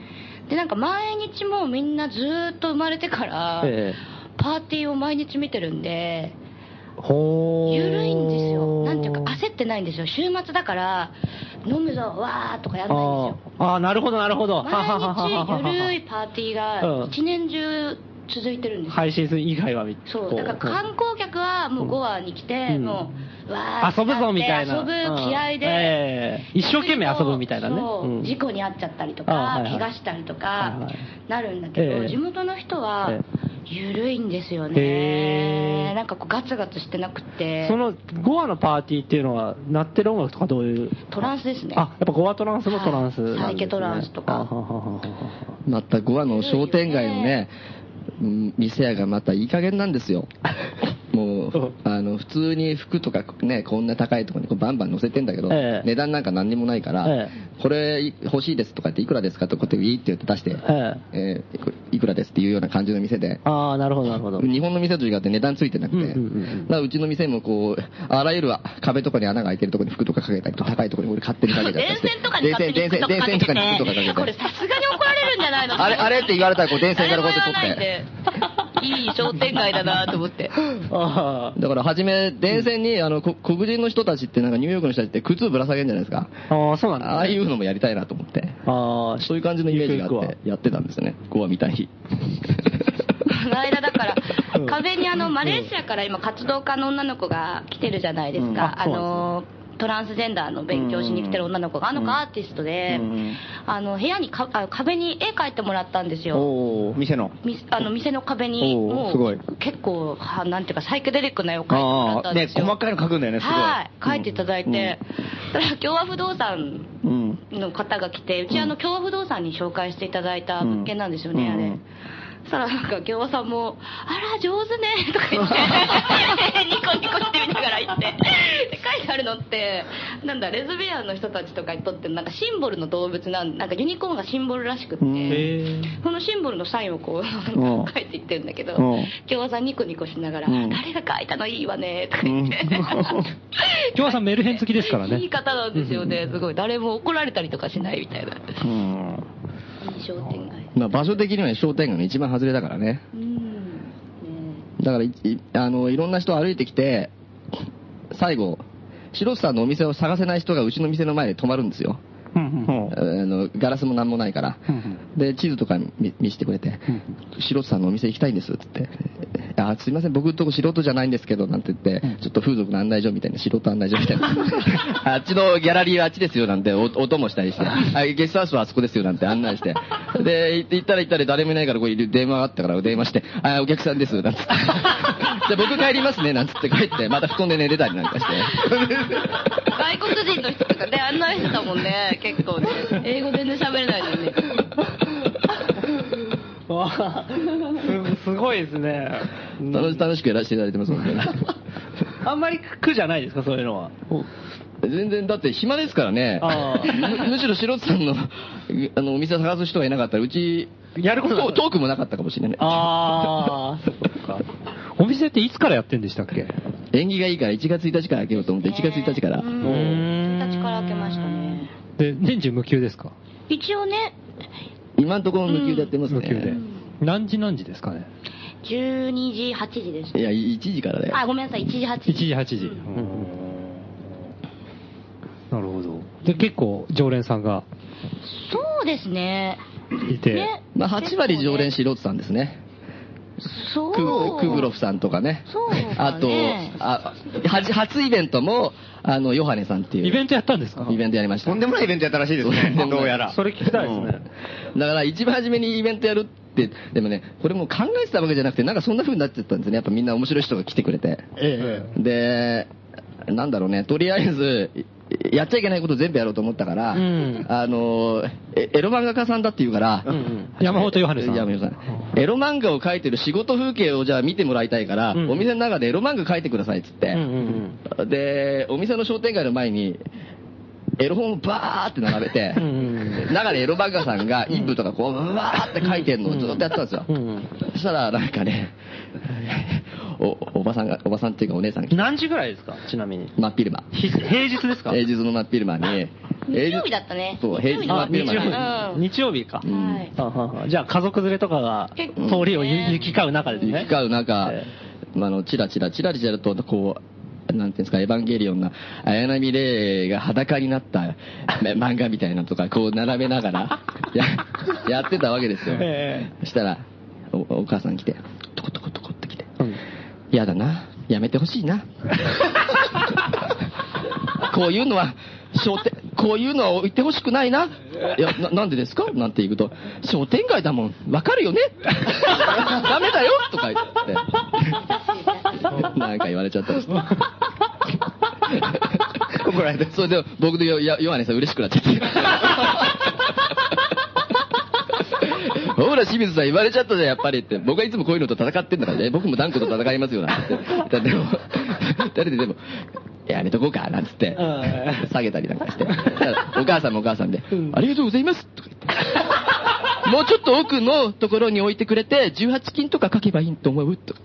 で、なんか毎日もうみんなずーっと生まれてから、
え
パーティーを毎日見てるんで、
ー、ほー。
緩いんですよ。なんていうか、焦ってないんですよ。週末だから、飲むぞ、わーとかやんないんですよ。
あーあー、なるほど、なるほど。
毎日ゆるいパーティー
うん
が一年中続いてるんですよ、
配信する以外はみ
そう
こ
だから観光客はもうゴアに来て、
うん
もうわー
遊ぶぞみたいな。
遊ぶ
うん
気合で、
ええ一生懸命遊ぶみたいなね。
そう
うん
事故に遭っちゃったりと
あ
か、
はいはい
怪我したりと
はい
か
はい
なるんだけど、
ええ
地元の人は
え
緩いんですよ
へ
ね
え
なんかこうガツガツしてなくて
そのゴアのパーティーっていうのは、鳴ってる音楽とかどういう。
トランスですね
あ、やっぱゴアトランスもトランスなん
は
です、ね。
いサイケトランスとか
あはははは
またゴアの商店街のね、うん店屋がまたいい加減なんです よ。もう、あの、普通に服とかね、こんな高いところにこうバンバン載せてんだけど、
ええ
値段なんか何にもないから、
え
これ欲しいですとかっていくらですかとかってウィーって言って出して、
え
えーこれいくらですっていうような感じの店で、
ああ、なるほど、なるほど。
日本の店と違って値段ついてなくて、
うんうんうんうん
だからうちの店もこう、あらゆる壁とかに穴が開いてるところに服とかかけたりと、高いところに俺勝手にかけたり
電
して
線とかに勝手に
電
服
線
とかかけ
電線電線と
て
かに服とかかけ
て
て。
これさすがに怒られるんじゃないの
あれ、あれって言われたら、こう、電線からこうやって取
誰
っ
も言わ
て。
ないんで いい商店街だなと思って
あ
だから、初め、電線に、あの、こ黒人の人たちって、なんか、ニューヨークの人たちって靴ぶら下げるんじゃないですか。
あああ、そうなんだ、ね。
ああいうのもやりたいなと思って。
ああ、
そういう感じのイメージが
ゆくゆく
あ
は
って、やってたんですよね。ゴアみたい
こ
に。
の 間だから、壁にあの、マレーシアから今活動家の女の子が来てるじゃないですか。あの、トランスジェンダーの勉強しに来てる女の子が、あの子アーティストで、あの、部屋にか、あ壁に絵描いてもらったんですよ。
おー店の。
みあの、店の壁に、
おー
も、
すごいう
結構、はなんていうか、サイケデリックな絵を描いてもらっ
あ
た
あ、
ん
ね
で、すよ。
細かいの書くんだよね、すごい。
はい、描いていただいて、そしたら共和不動産
うん。うん
の方が来て、うちあの共和不動産に紹介していただいた物件なんですよね、
うん
あ
う
れ
ん。
そしたらなんか共和さんも、あら、上手ね、とか言って、 ニコニコしてみながら言って、で書いてあるのって、なんだ、レズビアンの人たちとかにとって、なんかシンボルの動物なん、なんかユニコーンがシンボルらしくって、
へ
このシンボルのサインをこう、
ん
書いていってるんだけど、
うん
共和さんニコニコしながら、
うん
誰が書いたのいいわね、とか言って。
今日はさんメルヘン好きですから
いい
ね。
方なんですよね、すごい。誰も怒られたりとかしないみたいな。
うん。
いい商店街。
まあ、場所的には商店街の一番外れだからね。
うん。
だからい、いあの、いろんな人歩いてきて、最後、白須さんのお店を探せない人がうちの店の前で止まるんですよ。
うん
あのガラスも何もないから、で地図とか見見せてくれて、素人さんのお店行きたいんですっつって、あすいません、僕のとこ素人じゃないんですけどなんて言って、ちょっと風俗の案内所みたいな、素人案内所みたいな、 あっちのギャラリーはあっちですよなんて、お音もしたりして、 あゲストハウスはあそこですよなんて案内して、で行ったら行ったら誰もいないから、これ電話があったから、電話して、あお客さんです なんつって、じゃあ僕帰りますねなんつって帰って、また布団で寝てたりなんかして。
外国人の人とかね、案内してたもんね、結構ね。英語全然喋れないのにね。
わあすすごいですね。
楽し楽しくやらせていただいてますので。
あんまり苦じゃないですか、そういうのは。
全然、だって暇ですからね。
あー
むむしろ白津さんのあのお店を探す人がいなかったら、うち、
やることな
ト
い
ートークもなかったかもしれない。
ああ、そ っか。
お店っていつからやってんでしたっけ
縁起がいいから1月1日から開けようと思って、1月1日から
う。ん1日から開けましたね。
で、年中無休ですか
一応ね、
今んところ無給でやってます
無休で
ね。。
何時何時ですかね
12時、8時です。
いや、1時からだよ。
あ、ごめんなさい、1時、8
?1
時。
時8時。なるほど。で、結構常連さんが
そうですね。
いて。
ね。
まあ、8割常連素人さんですね。
そう。
ククグロフさんとかね。
そうだね
あと、あはじ初イベントも、あの、ヨハネさんっていう。
イベントやったんですか
イベントやりました。
とんでもないイベントやったらしいですね、どうやら。
それ聞きたいですね。
だから一番初めにイベントやるって、でもね、これもう考えてたわけじゃなくて、なんかそんな風になっちゃったんですね。やっぱみんな面白い人が来てくれて。で、なんだろうね、とりあえず、やっちゃいけないこと全部やろうと思ったから、
うん
あのー、えエロ漫画家さんだって言うから、
ん
山本ヨハネさん
山本ヨハネエロ漫画を描いてる仕事風景をじゃあ見てもらいたいから、
うん
お店の中でエロ漫画描いてくださいっつって、
うんうん
で、お店の商店街の前に、エロ本をバーって並べて、
うんうん
中でエロ漫画さんが一部とかこう、バーって書いてるのをずっとやってたんですよ。
うんうん
そしたら、なんかね、お、おばさんが、おばさんっていうかお姉さんが、
何時ぐらいですかちなみに。
真っ昼間。
ひ平日ですか
平日の真っ昼間に、
日曜日だったね
そう、平日の真
あ
っ
日
昼間
曜
に。
日。日曜日か。
うん
はい
あははじゃあ家族連れとかが
結構ね
通りを行き交う中です
行
ね。
き交う中、
え
あの、チラチラ、チラチラと、こう、なんていうんですか、エヴァンゲリオンな、綾波レイが裸に なっため漫画みたいなのとか、こう並べながら、や、やってたわけですよ。
え
そしたら、お、お母さん来て、トコトコトコって来て、
うん
嫌だな、やめてほしい な。こういうのは、商店、こういうのは言ってほしくないな。いや、ななんでですかなんて言うと、商店街だもん、わか るよねダメだよとか言って、 なんか言われちゃったり して。怒られて。それで、僕でよ、よヨハネさん嬉しくなっちゃ って。ほら、清水さん言われちゃったじゃん、やっぱりって。僕はいつもこういうのと戦ってんだからね。僕もダンクと戦いますよ、なんて。だってでも、誰ででも、やめとこうか、なんつって
うん、
下げたりなんかして。お母さんもお母さんで、ありがとうございますとか言って。もうちょっと奥のところに置いてくれて、18金とか書けばいいと思うとか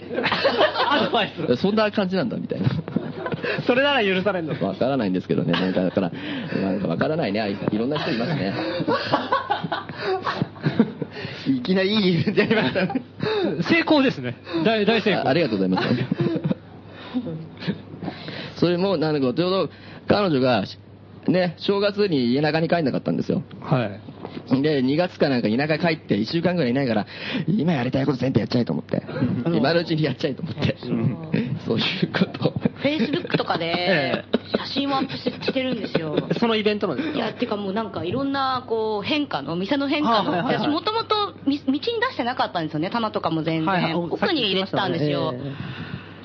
アドバイス。
そんな感じなんだ、みたいな。
それなら許されんのか。
わからないんですけどね、なんか、だから、なんかわからないね、あいいろんな人いますね。
いきなりいいイベントやりました ね。
成功ですね。大、大成
ああ
功。
りがとうございます。それも、なんか、ちょうど、彼女が、ね、正月に家中に帰んなかったんですよ。
はい。
で、2月かなんか田舎帰って1週間ぐらいいないから、今やりたいこと全部やっちゃえと思って。今のうちにやっちゃえと思って。そういうこと。
フェイスブックとかで
え
写真をアップしてるんですよ。
そのイベントのです
い
か
や、てかもうなんかいろんなこう変化の、店の変化の、
あはいはいはい
私もともとみ道に出してなかったんですよね、棚とかも全然、
はいはいおさ
奥
っき
に
言い
入れ
ましてた
たん
ね
ですよ。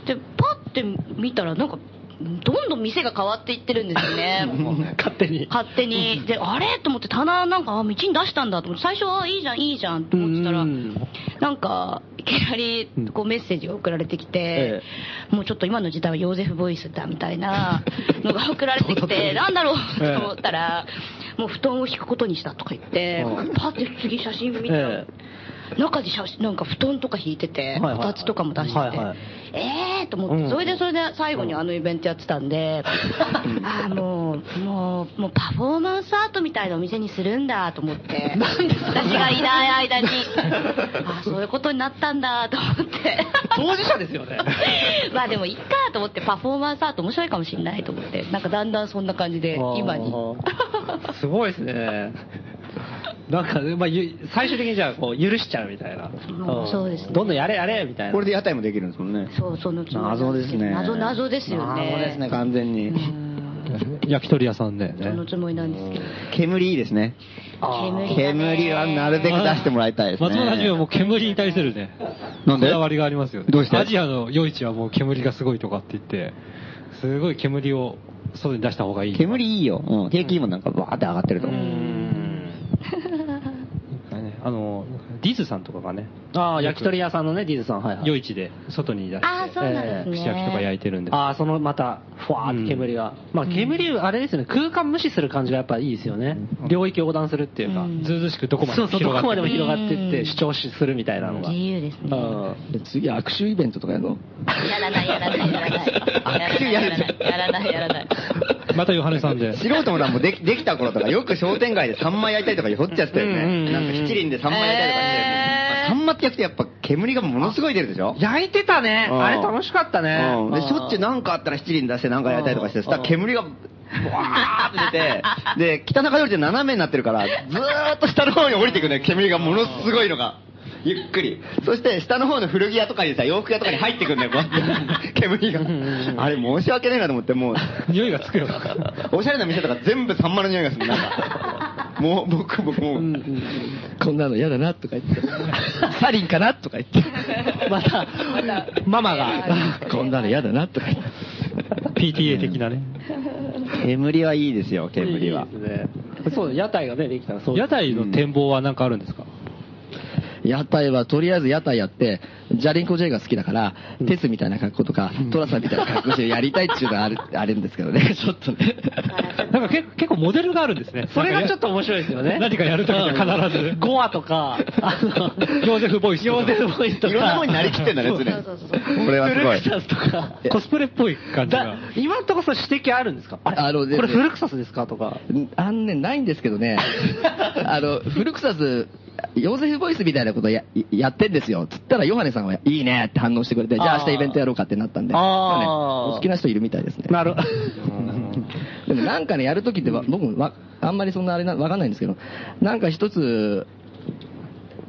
え
で、パって見たらなんか、どんどん店が変わっていってるんですよ ね。
勝手に。
勝手に。で、あれと思って棚なんか、あ、道に出したんだと思って、最初はいいじゃん、いいじゃんと思ってたら、
うん
なんか、いきなりこうメッセージが送られてきて
え、
もうちょっと今の時代はヨーゼフ・ボイスだみたいなの が送られてきて、なんだろうと思ったら、もう布団を敷くことにしたとか言って、パッて次写真見たら
え、
中で写真なんか布団とか引いてて、
いはい
こたつとかも出してて、
はいはい
えーと思っ
うん
て、それでそれで最後にあのイベントやってたんで、ああ、もう、もう、もうパフォーマンスアートみたいなお店にするんだと思って、私がいない間に、ああ、そういうことになったんだと思って。
当事者ですよね。
まあでもいっかと思ってパフォーマンスアート面白いかもしれないと思ってなんかだんだんそんな感じで今 に
あー。すごいですね。 なんか、まあ、ゆ最終的にじゃあ、こう、許しちゃうみたいな。
うんそうですね
どんどんやれやれみたいな。
これで屋台もできるんですもんね。
そうそのつもりなん
謎
けど
ですね。
謎謎ですよね
謎ですね、完全
う
に。
ん
焼き鳥屋さんで、
その
ね。
つもりなんですけど
煙いいですね。
煙がね
煙はなるべく出してもらいたいですね。
松本はじめはもう煙に対するね、
なんで
こだわりがありますよね。
どうして
アジアの夜市はもう煙がすごいとかって言って、すごい煙を外に出した方がいい。
煙いいよ。うん。平均もなんかバーって上がってると思う。
ね あの、ディズさんとかがね、
ああ、焼き鳥屋さんのね、ディズさん。はい、はい。
夜市で外に出して、
ああそうなんですね
串焼きとか焼いてるんで。
ああ、そのまた、ふわーって煙が。まあ、煙、あれですよね、空間無視する感じがやっぱいいですよね。領域横断するっていうか。
うん
ずうずうしくどこまで
そう
広
そう、ど
が
こ
っ
ま
て
で
る
も広がっていって
うん
主張しするみたいなのが。
自由ですね
うん
で次、握手イベントとかやるの
やらないやらないやらない やらないやらないやらない
またヨハネさんで。
素人もだもうできできた頃とかよく商店街で三枚焼いたりとかよっちゃってたよ
うんうんうんう
ね。
ん
なんか七輪で三枚焼いたりとかして。
えー
三枚って焼くとやっぱ煙がものすごい出るでしょ
焼いてたね。
うん
あれ楽しかったね
うん。で、
あー
しょっちゅう何かあったら七輪出して何かやりたいとかして、
うん
そしたら煙が、わーって出て、で、北中通りで斜めになってるから、ずーっと下の方に降りてくね、煙がものすごいのが。ゆっくり。そして、下の方の古着屋とかにさ、洋服屋とかに入ってくんだよ、こうや って。煙が。あれ、申し訳ねえなと思って、もう、
匂いがつくよ。
おしゃれな店とか全部サンマの匂いがする。なんかもう、僕、僕、もう、
こんなの嫌だなとか言って、サリンかなとか言って、
また、ママが。
こんなの嫌だなとか言って。
PTA 的なね。
煙はいいですよ、煙は。
いいですねそう、屋台がね、できたらそう。
屋台の展望は何かあるんですか、
屋台は、とりあえず屋台やって、ジャリンコ J が好きだから、テスみたいな格好とか、トラさんみたいな格好してやりたいっていうのはある、 あるんですけどね、ちょっとね。
なんか結構結構モデルがあるんですね。
それがちょっと面白いですよね。
何かやるときは必ず
うんゴアとか、あの、
ヨーゼフボイスとか
ヨーゼフボイスとか。
いろんなものになりきってんだね、常に。
そうそうそう
これはすごい
フ。ルクサスとか。
コスプレっぽい感じ
だ
が。
今んとこそう指摘あるんですかあれ
あの
これフルクサスですかとか。
あんね、ないんですけどね、 あの、古草津、ヨーゼフボイスみたいなことややってんですよ。つったら、ヨハネさんは、いいねって反応してくれて、じゃあ
あー
明日イベントやろうかってなったんで、
あー
まねお好きな人いるみたいですね。
なるほど。
でもなんかね、やるときってわ、僕もわ、あんまりそんなあれな、わかんないんですけど、なんか一つ、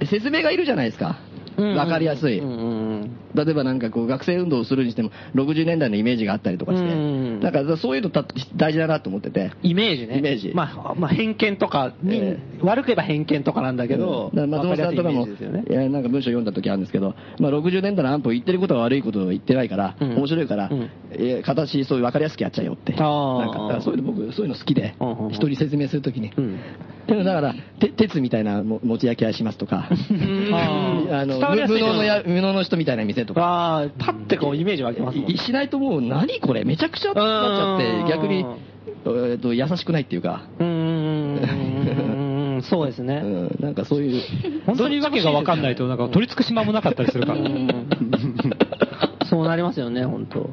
説明がいるじゃないですか。わかりやすい。
うんうんうん
例えばなんかこう学生運動をするにしても60年代のイメージがあったりとかして、
うん
なんかそういうのた大事だなと思ってて、
イメージね。
イメージ
まあ、まあ、偏見とかに、
え
悪く言えば偏見とかなんだけど、
だから松本さんとか
わ
も、
りやすいイメージ
いやなんか文章読んだ時あるんですけど、まあ、60年代の安保言ってることは悪いことを言ってないから、
うん
面白いから、
うん
いや形そういう分かりやすくやっちゃえよって、
あー
なんかだからそういうの僕、そういうの好きで
うんうんうん、
人に説明するときに。
ですよね。
でもだから、て鉄みたいなも持ち焼き屋します とか、
ん
あの
伝わりやすい
無能のや無能の人みたいな店と
うん。
か、
ああ、パッてこうイメージ湧きますもん
いしないともう、何これ、めちゃくちゃってなっちゃって、逆に、えっと優しくないっていうか、
うーん、そうです
う
ね。
ん、なんかそう いう、
本当にわけがわかんないと、なんか取り付く島もなかったりするから。
そうなりますよね、本当。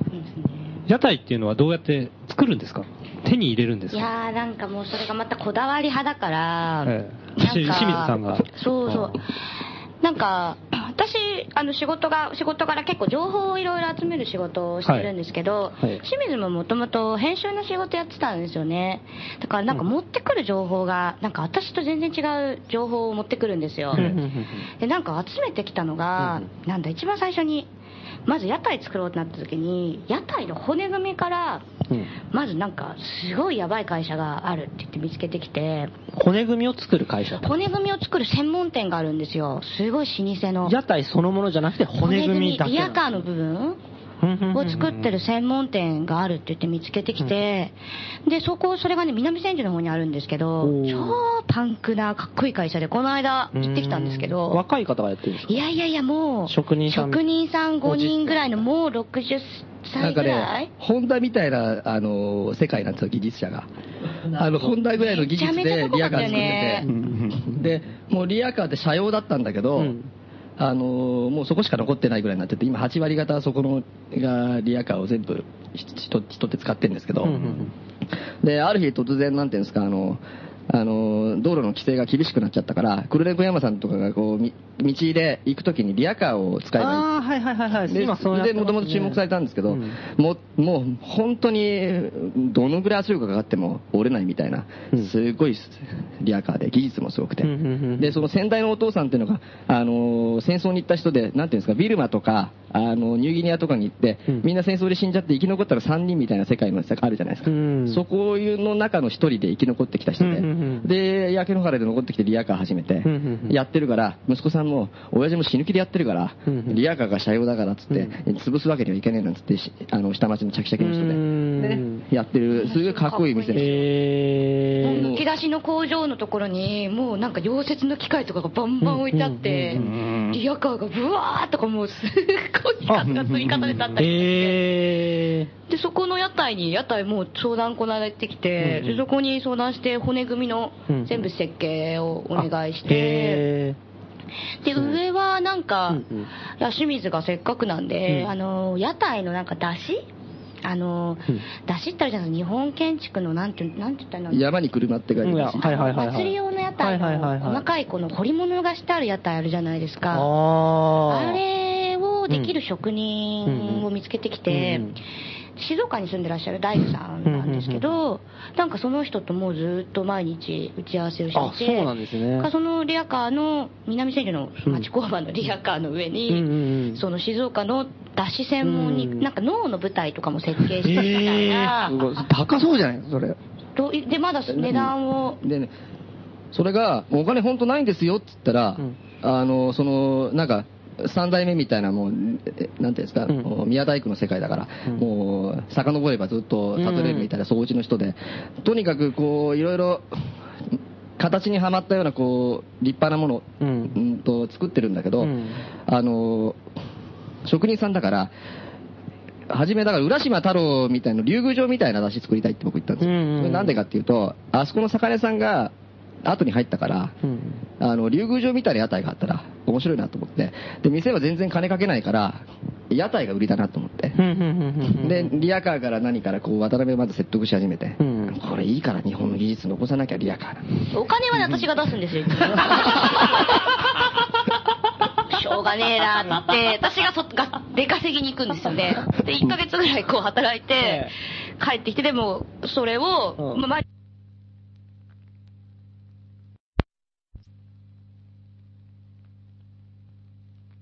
屋台っていうのはどうやって作るんですか手に入れるんです
い
か
やーなんかもうそれがまたこだわり派だから、
ええ
なんか
し清水さんが
そうそうなんか私あの仕事が仕事から結構情報をいろいろ集める仕事をしてるんですけど、
はいはい
清水ももともと編集の仕事やってたんですよねだからなんか持ってくる情報がなんか私と全然違う情報を持ってくるんですよ、でなんか集めてきたのが、なんだ一番最初にまず屋台作ろうってなった時に屋台の骨組みから、まずなんかすごいやばい会社があるって言って見つけてきて
骨組みを作る会社。
骨組みを作る専門店があるんですよすごい老舗の
屋台そのものじゃなくて骨組みだけ
リ
な
ア
ん
カー
だ。
の部分
うん
を作ってる専門店があるって言って見つけてきて、で、そこ、それがね、南千住の方にあるんですけど
お、ー
超パンクな、かっこいい会社で、この間行ってきたんですけど、
若い方がやってるんですか
いやいやいや、もう、
職人さん
職人さん5人ぐらいの、もう60
なん
歳
か
ぐらい
ね、ホンダみたいな、あの、世界なんですよ、技術者が。あの、ホンダぐらいの技術
めちゃめち
で
ゃかっこよかっ
リアカー
たよ
作って
ね
て、で、もうリアカーって車用だったんだけど、
うん
あの、もうそこしか残ってないぐらいになってて、今8割方はそこのがリアカーを全部人人って使ってるんですけど、で、ある日突然、なんていうんですか、あの、あの、道路の規制が厳しくなっちゃったから、クルレブ山さんとかがこう、み道で行くときにリアカーを使えばいい
ああ、はいはいはいはい。
で、
今そうやって
でもともと注目されたんですけど、
うん
もうもう本当にどのぐらい圧力がかかっても折れないみたいな
うん、
すごいリアカーで、技術もすごくて、
うんうんうん
でその先代のお父さんっていうのが、あのー戦争に行った人で、なんていうんですか、ビルマとか、あのニューギニアとかに行って、
うん
みんな戦争で死んじゃって、生き残ったら3人みたいな世界のあるじゃないですか、
うん
そこの中の1人で生き残ってきた人で、
うんうんうん
で、焼け野原で残ってきてリアカー始めて、
んうんうん
やってるから、息子さんも、親父も死ぬ気でやってるから、
うんうん
リアカーが車用だからっつって、
う
潰すわけにはいけねえなんつって、しあの下町の着々の人
う
で、で
ん
ねやってる、すごいかっこいい店です。
え
もう
ー
むき出しの工場のところに、もうなんか溶接の機械とかがバンバン置いてあって、リアカーがブワーとかもうすっごい数が積み重ねたったりして。
え
で、そこの屋台に、屋台もう相談この間行ってきて、でそこに相談して骨組みの
うん
全部設計をお
ー。
願いして、
え
で、上はなんか、
うんうん
いや清水がせっかくなんで、
うん
あの、屋台のなんか出汁あの、
うん
出汁ってあるじゃない日本建築のなんて、なんて言ったらいいの
山に車って書いて
ー。いや
ます
はいはいはいはい。
祭り用の屋台
はいはいはい
の
はい
細かいこの彫り物がしてある屋台あるじゃないですか。
あー
あれをできる職人を見つけてきて、
うんうん
静岡に住んでらっしゃる大工さんなんですけど、なんかその人ともうずっと毎日打ち合わせを
あ
していて、
そうなんですね。
そのリアカーの、南千住の
うん
町工場のリアカーの上に、
うんうんうん
その静岡の出汁専門に、
うん
なんか脳の舞台とかも設計してみたいな、
すごい高そうじゃないのそれ。
とで、まだ値段を、
でね、それが、お金本当ないんですよって言ったら、
うん
あの、その、なんか、三代目みたいな、もう、えなんていうんですか、
うん
もう宮大工の世界だから、もう、遡ればずっと悟れるみたいな、そうおうちの人で、とにかくこう、いろいろ、形にはまったような、こう、立派なもの、
う
うんん、と作ってるんだけど、
うん
あの、職人さんだから、はじめだから、浦島太郎みたいな、竜宮城みたいな出汁作りたいって僕言ったんですよ。
うんうんうん
それなんでかっていうと、あそこの魚屋さんが、後に入ったから、
うん
あの、竜宮城みたいな屋台があったら面白いなと思って、で、店は全然金かけないから、屋台が売りだなと思って。
うんうんうんうん
で、リアカーから何からこう、渡辺をまず説得し始めて、
うん
これいいから日本の技術残さなきゃリアカーなんて
お金はね私が出すんですよ。いつもしょうがねえなって、私がそが出稼ぎに行くんですよね。で、1ヶ月ぐらいこう働いて、帰ってきて、でも、それを、
うん
まあ毎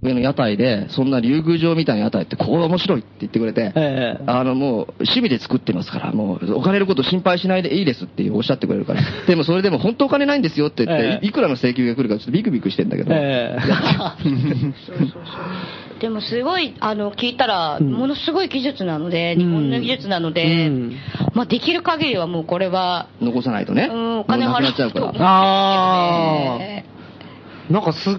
上の屋台で、そんな竜宮城みたいな屋台って、ここが面白いって言ってくれて、
ええ
あのもう趣味で作ってますから、もうお金のこと心配しないでいいですっておっしゃってくれるから、でもそれでも本当お金ないんですよって言って、
ええ
いいくらの請求が来るかちょっとビクビクしてんだけど、
え
でもすごい、あの、聞いたら、
ん
ものすごい技術なので、日本の技術なの
う
で
ん、
まあできる限りはもうこれは、
残さないとね、
うんお金
も
払
うなくな
う
っちゃうから。
あ
え
ー。 なんかすっ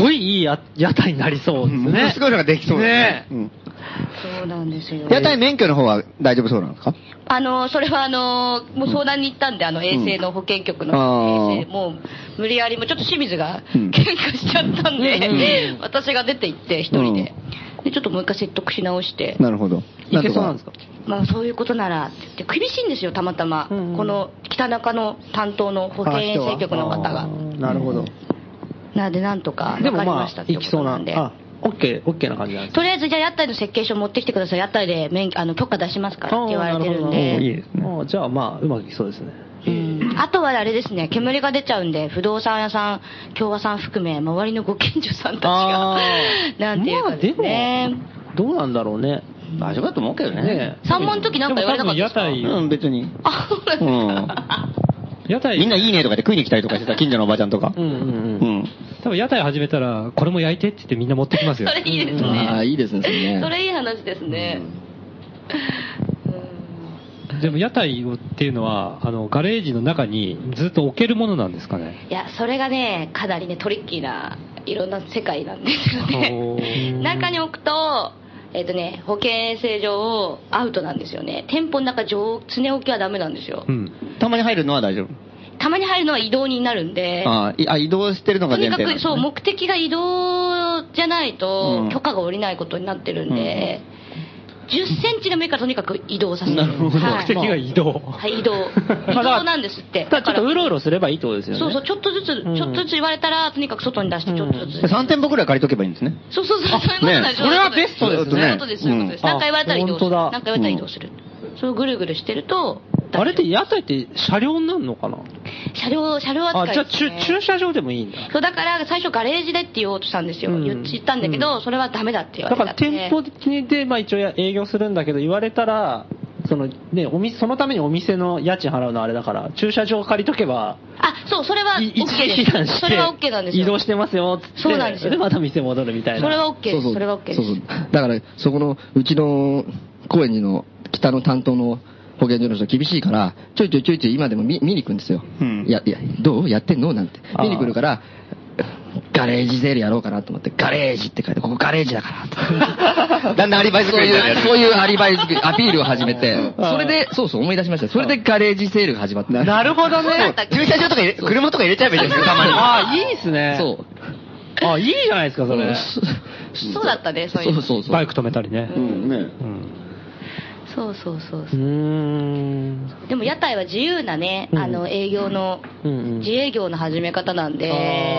ごいいいや屋台になりそうですね。
ものすごいのができそうですね。うん
ーそうなんですよ。
屋台免許の方は大丈夫そうなんですか
あの、それはあの、もう相談に行ったんで、あの、衛生の保健局の
あー
衛生、もう、無理やり、もうちょっと清水が
うん
喧嘩しちゃったんで、 私が出て行って、一人で。で、ちょっともう一回説得し直して、
なるほど。
いけそうなんですか
まあ、そういうことなら、って言って厳しいんですよ、たまたま。
うんうん
この、北中の担当の保健衛生局の方が。
なるほど。
なので、なんとか、
で
分
も
かり
ま
ました
あ
っ、て
い
こ
きそ
と
う
な
なんん
で
で。。あ、オッケー、オッケーな感じなんです
とりあえず、じゃあ、屋台の設計書持ってきてください。屋台で免許、あの、許可出しますからって言われてるん
あーなほど
で。
いいですね。あーじゃあまあ、うまくいきそうですね。
うんあとはあれですね、煙が出ちゃうんで、不動産屋さん、共和さん含め、周りのご近所さんたちが
あ、
なんていうかですね。
まあでも、どうなんだろうね。
大丈夫だと思うけど
ね
三門の時なんか言われなかったですか
でも多分屋台
うん、別に。
あ、そうなんですか。
屋台、
みんないいねとかで食いに来たりとかしてた、近所のおばちゃんとか。
うんうん
う
うん。
ん。
多分屋台始めたら、これも焼いてって言ってみんな持ってきます
そ
よ。
れいいです
ああ、
ね。
いいですね、それ ね。
それいい話ですね。
でも屋台をっていうのは、あの、ガレージの中にずっと置けるものなんですかね。
いや、それがね、かなりね、トリッキーな、いろんな世界なんですよ
お
ね。
ー
中に置くと、えっ、とね、保険衛生上、アウトなんですよね。店舗の中、常常置きはダメなんですよ。
うん。
たまに入るのは大丈夫。
たまに入るのは移動になるんで。
あーいあ、移動してるのが
とに
前
か
提なんで
く
すね
そう目的が移動じゃないと
うん
許可が下りないことになってるんで、10センチでもいいからとにかく移動させるはい、
目的が移動。
はい、移動移動なんですって
だからちょっとうろうろすればいいってことですよね。
そうそうちょっとずつ、
ん
ちょっとずつ言われたらとにかく外に出してちょっとずつ、
3店舗くらい借りとけばいいんですね。
そうそうそうそういうことなんです
ね
そういうこ
それはベストですね
とでそういうことですそういうことです
うん
なんか言われたら移動する
あ本当だ
なんか言われたら移動する、そうぐるぐるしてると
あれって屋台って車両になるのかな
車両車両
あ、
扱い
じゃあ
ですね
駐駐車場でもいいんだ。
そうだから最初ガレージでって言おうとしたんですよ、
うん
言っちゃったんだけど、それはダメだって言わ
だ
れ
か
た
ら
んで
店舗で、まあ一応や営業するんだけど、言われたら、そのね、お店、そのためにお店の家賃払うのはあれだから、駐車場借りとけば、
あそうそれはい OK
一時
で
避難
す
し
それは OK なんです
て、
よ
移動してますよ、つって。
そうなんですよ
また店戻るみたいな。
それは OK です
う
そうれは OK です
そうそうだから、そこの、うちの、高円寺の北の担当の保健所の人厳しいから、ちょいちょいちょいちょい今でも見見に行くんですよ。
うん
いや、いや、どうやってんのなんて
あ。ー
見に来るから、ガレージゼールやろうかなと思って、ガレージって書いて、ここガレージだから と。
だんだんアリバイ作
そう
り
い
になるや
う、
つ
そういうアリバイ作り、アピールを始めて、それで、そうそう思い出しました。それでガレージセールが始まった。
なるほどね。
駐車場とか入れ車とか入れちゃえばいいですよ、たまに。
ああ、いいですね。
そう。
う。あいいじゃないですか、それ。
そうだったねそうい
そううそうそう
バイ。ク止めたりね。
うん、ね
うん。
そうそうそう
う
そ
ーん。
うでも屋台は自由なね、
うん
あの営業の
うんうん
自営業の始め方なんで、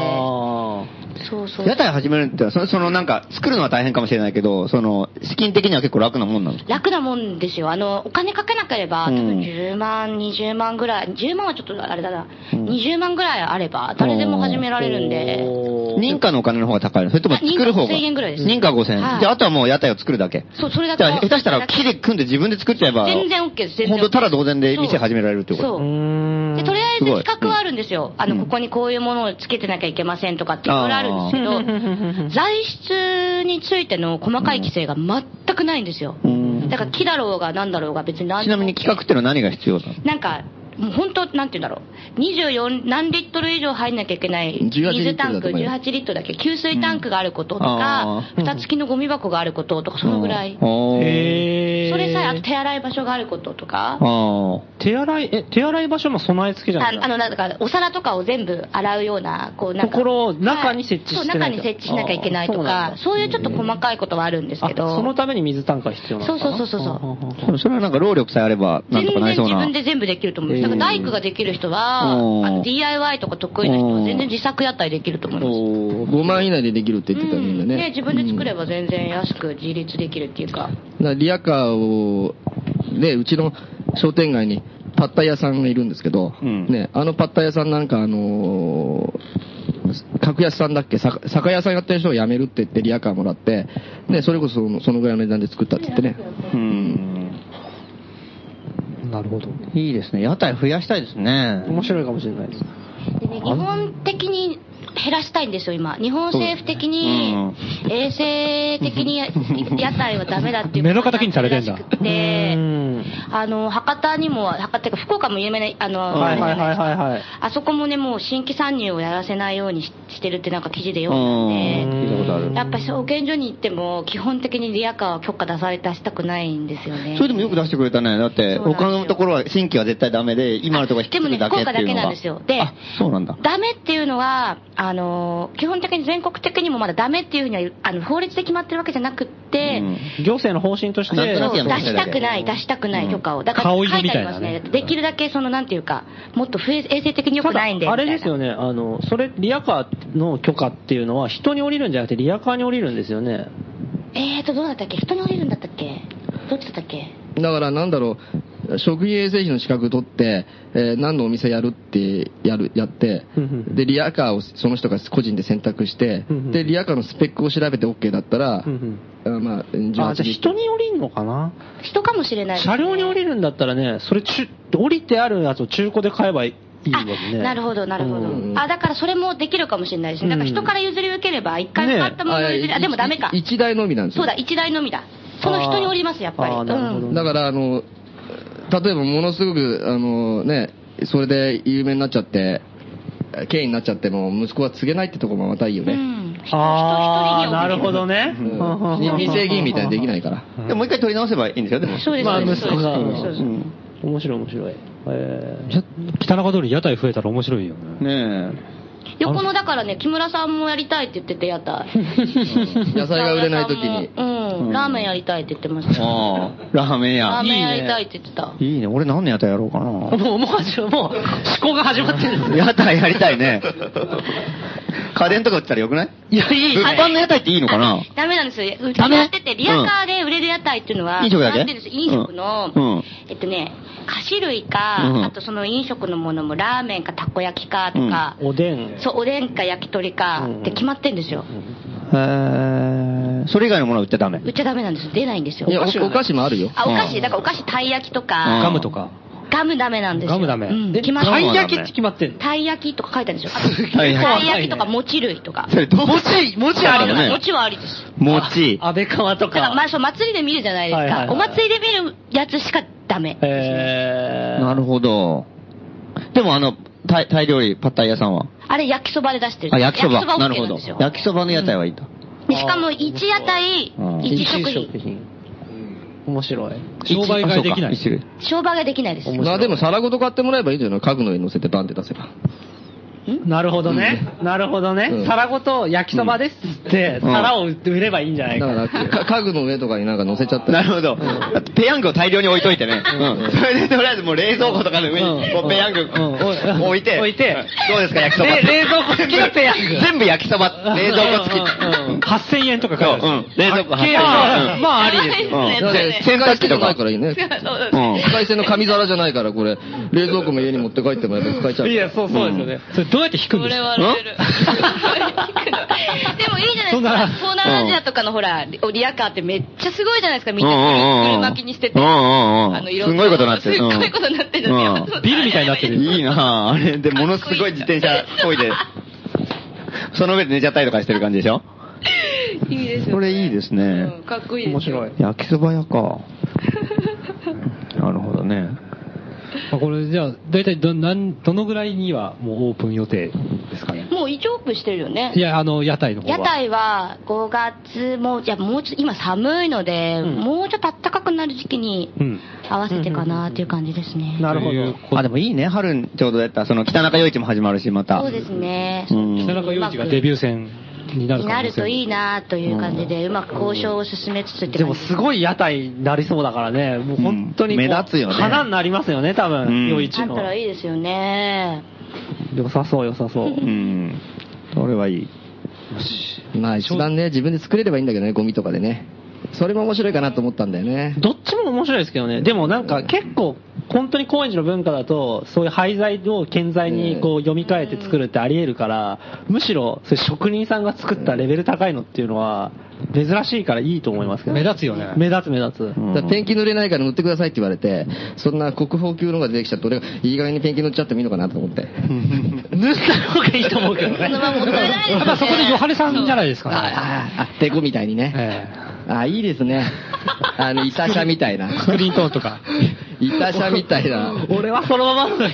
あ
そうそう
屋台始めるってのはその、そのなんか、作るのは大変かもしれないけど、その、資金的には結構楽なもんなの。
楽なもんですよあのお金かけなければ多
うん
分10万20万ぐらい10万はちょっとあれだな、
うん
20万ぐらいあれば誰でも始められるんで
お
え、認可のお金の方が高いのそれとも作る方が
認可5000円ぐらいです
認可5000円。
はい
じゃあ、あとはもう屋台を作るだけ。
そう、それだ
じ
け。
ゃあ、下手したら木で組んで自分で作っちゃえば、
全然 OK です。全然 OK です
本当ただ同然で店始められるってこと
そう
う
そう。
ーん
で、とりあえず
すごい
企画はあるんですよ。あの、ここにこういうものをつけてなきゃいけませんとかっていろいろあるんですけど、 材質についての細かい規制が全くないんですよ。
うん
だから木だろうが何だろうが別に何
ちなみに企画ってのは何が必要なの
なんか、もう本当、なんて言うんだろう。24、何リットル以上入んなきゃいけない
18
水タンク、
リットルだ
18リットルだっけ、給水タンクがあることとか、
う
蓋付きのゴミ箱があることとか、そのぐらい。
おー。
へー
それさえ、あと手洗い場所があることと
あ
か、あ
ー
手洗い、え、手洗い場所の備え付けじゃない
あの、なんか、お皿とかを全部洗うような、こう、なんか。
ところを中に設置してなきゃ
はいそう、中に設置しなきゃいけないと
あ
か
ー、
そういうちょっと細かいことはあるんです
あ
けど。
そのために水単価が必要なのかな
そうそうそうそうそう
でもそれはなんか労力さえあれば、なん
全
とかなり
然自
そうな。
分で全部できると思います。だから大工ができる人
うん
は、あの DIY とか得意な人
う
は
ん
全然自作屋台できると思います。
おー
5万以内でできるって言ってた
う
みんなんね。
ね自分で作れば全然安く自立できるっていうか、
だからリアカーを、ね、うちの商店街にパッタイ屋さんがいるんですけど、
うん
ね、あのパッタイ屋さんなんかあのー格安さんだっけ酒酒屋さんやってる人を辞めるって言ってリアカーもらって、ね、それこそそのそのぐらいの値段で作ったって言ってね。
うん。
なるほど。
いいですね。屋台増やしたいですね。
面白いかもしれないです。
でね、日本的に減らしたいんですよ今日本政府的に
そう
衛生的に屋台はダメだっていう
目の敵にされてんだ
らしくて
うん
あの博多にも博多っていうか福岡も有名なあの、
はいはいはいはいはい。
あそこもね、もう新規参入をやらせないようにししてるってなんか記事で読んだん
聞いたことある
で、やっぱ証券所に行っても、基本的にリアカーは許可出され、出したくないんですよね。
それでもよく出してくれたね。だって、
そうなんです
他
よ
のところは新規は絶対ダメで、今のところは引き継ぐだけっていうのが。
でもね福岡だけなんですよで
あ、そうなんだ。
ダメっていうのは、あの、基本的に全国的にもまだダメっていうふうには、あの、法律で決まってるわけじゃなくって、
うん
行政の方針として、
なんとな
そ
くや
う
め
出
てほしい
し
だ
た
け
くない、出したくない許可を。だか
顔
ら、書
色
い
み
て
た
あ
い
り
な
ま
ね
すね。できるだけ、その、なんていうか、もっと不衛衛生的に良くないんで。
あれですよ
ね。
ね、あの、それ、リアカーの許可っていうのは、人に降りるんじゃなくて、リアカーに降りるんですよね。
えーと、どうだったっけ人に降りるんだったっけどっちだったっけ
だからなんだろう、職業衛生費の資格取って、えー何のお店やるってやる、やって
うんう、ん
で、リアカーをその人が個人で選択して
うんうん、
で、リアカーのスペックを調べて OK だったら
う、ん
あまあ、
うん、あ
18
じゃあ
日
人に降りるのかな
人かもしれないですね、
車両に降りるんだったらね、それ中、降りてあるやつを中古で買えばいいもんね。
あなるほど、なるほど、
うん
あだからそれもできるかもしれないですね、だから人から譲り受ければ、一回
ねえ
買ったものを譲り、あでもダメか、
1台のみなんです
そ
よ
うだ、一台のみだ、その人に降ります、やっぱり、
あーなるほど
うん
だからあの例えばものすごくあのねそれで有名になっちゃって刑になっちゃっても息子は告げないってとこもまたいいよ
う
ね、
ん、人
あ
人
あ、
一人
な
に
る
降り
ほどね。。
うん未成議員みたいにできないいから
でももう一回取り直せばいいんですよ、でも。
そうです、
まあ、
そうで
息
す
子が。
そうですそうです
面白い面白い。えー
や北中通り屋台増えたら面白いよね。
ね
横のだからね、木村さんもやりたいって言ってて、屋台、
野菜が売れない時に
木村さんもうん、ラーメンやりたいって言ってまし
え。
た、
ああ、ラーメン
ラ
屋。
ーメンやりたいって言ってた、
いいね。俺何の屋台やろうかな。
もう、もう始ま、もう、思考が始まってるんですよ。
屋台やりたいね。家電とか売ったらよくない
いや、いい。
物販の屋台っていいのかな
ダメなんですよ。うち
ダメ
やってて、リアカーで売れる屋台っていうのは、
うん飲食だけ
なんていうんです飲食の、
うんうん
えっとね、菓子類か、
うん
あとその飲食のものも、ラーメンかたこ焼きかとか、
おでん。
そう、おでんか焼き鳥かって決まってんですよ。
へえ。それ以外のものは売っちゃダメ。
売っちゃダメなんです出ないんですよ
い。やおお菓子もあるよ
あ、お菓
う
子、
ん
だからお菓子、たい焼きと
うん
か、
ガムとか。
ガムダメなんですよ。
ガムダメ
うん、決ま
たい
って
焼きって決まってんの。
たい焼きとか書いてあるんですよ。あ と
たい焼き
たい焼きとか餅類とか。
それどう餅、餅あるよね。
餅はありです。
餅。
安倍川と
だから、
か。
まあ、そう、祭りで見るじゃないですか。
はいはいは
お
い
祭りで見るやつしかダメ。
えー。
なるほど。でもあの、タイ、タイ料理、パッタイ屋さんは。
あれ、焼きそばで出してる。
あ、焼きそば。
OK
なる
ん
ほど
ですよ。
焼きそばの屋台はいいと。
でしかも、1屋台
うん、
1食品。
品。面白い。
商売買いできない
一種類
商売ができないです。
まあでも皿ごと買ってもらえばいいんじゃない家具の上に乗せてバンって出せば
なるほどね。なるほど
う
ね
ん。
皿ごと焼きそばですって、
うん
皿を売って売ればいいんじゃな
だ
い
か
か。
らか 家具の上とかになんか乗せちゃった
な
ら
るほど。だってペヤングを大量に置いといてね。うん。それでとりあえずもう冷蔵庫とかの上に、
うん
こうペヤング
うん
置いて。
置いて
どうですか、焼きそば。
で冷蔵庫付きのペヤング
全部焼きそば。冷蔵庫付き。
うんうんうん
8000円とかかかる。
うん冷蔵庫
高え
8000円
まあありですよ。
そうですね
だ
そ
っ
れ
て
ね
洗濯機じゃないからいいね。
そうそう
う。
そうん
機械製の紙皿じゃないから、これ、冷蔵庫も家に持って帰ってもやっぱり使えちゃう。
いや、そうそうですよね。それどうやって引くん
そ
です
れ
か
はレベル。 でもいいじゃないです
そんな
か。東南アジアとかのほら、リアカーってめっちゃすごいじゃないですか。みんなくる巻きにしてて。
うんうんうん
あの色
すごいことになってる
すっごいことになってるんですよ。
ビルみたいになってる。
いいなぁあれで、ものすごい自転車こいで、その上で寝ちゃったりとかしてる感じでしょ
いいですよ、
これいいですね
うんかっこいいですよ。
い。
焼きそば屋か。なるほどね。
まあこれじゃあ、だいたいど、なん、どのぐらいにはもうオープン予定ですかね。
もう一応オープンしてるよね
い。や、あの、屋台の方は。
屋台は5月も、いやもうちょっと今寒いので、
ん
もうちょっと暖かくなる時期に
うん。
合わせてかなっていう感じですね。
なる
という
ほ
こ
あ、でもいいね。春ちょうどやった、その北中夜市も始まるし、また。
そうですね。
うん
北中陽一がデビュー戦になる
になるといいなという感じで、うまく交渉を進めつつっ
ど。
て
で
感
も
じ
すごい屋台になりそうだからね、もう本当にこう、
うん目立つよね
花になりますよね、多
うん
分、洋一
あった
の。
らいいですよね。
良さそう、良さそう。
うん。それはいい。
まあ一番ね、自分で作れればいいんだけどね、ゴミとかでね。それも面白いかなと思ったんだよね。
どっちも面白いですけどね。でもなんか結構、本当に高円寺の文化だと、そういう廃材を建材にこう読み替えて作るってあり得るから、むしろそういう職人さんが作ったレベル高いのっていうのは、珍しいからいいと思いますけど。
目立つよね
目立つ目立つ。
うん
だからペンキ塗れないから塗ってくださいって言われて、そんな国宝級のが出てきちゃって、俺がいい加減にペンキ塗っちゃってもいいのかなと思って。
塗った方がいいと思うけど
そ
ね
の。ままもったいないですよ
や
ね
っぱそこでヨハネさんじゃないですかね。
ああ、デコみたいにね。
え
あいいですね。あの、イタシャみたいな。
えスクリーントーンと か。
イタシャみたいな。
俺はそのままの方がいい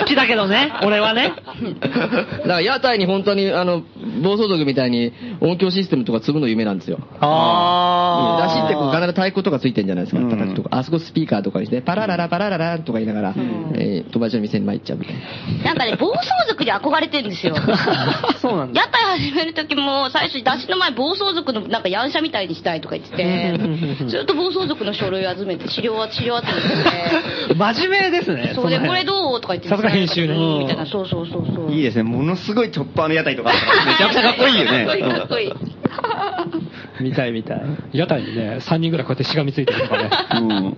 好きだけ どね、俺はね。
だから屋台に本当に、あの、暴走族みたいに音響システムとか積むの夢なんですよ。
あ
出しってこう必ず太鼓とかついてんじゃないですか、
うん
叩くとかあそこスピーカーとかにして、パラララパラララとか言いながら、えー友達の店に参っちゃうみたいな。
なんかね、暴走族に憧れてるんですよ。
そうなんだ。
屋台始める時も、最初、出しの前、暴走族のなんか、ヤンシャみたいにしたいとか言ってて、ずっと暴走族の書類集めて、資料は資料集めて
真面目です
て、
ね。
そうで、
の辺
これどうとか言って、
さすが編集ね
うんみたいな、そうそうそうそう。
いいですね。ものすごいチョッパーの屋台とかあったらめちゃくちゃかっこいいよね。
かっこいい、かっこいい。
見たい見たい。
屋台にね、3人ぐらいこうやってしがみついてるとかね。
うん。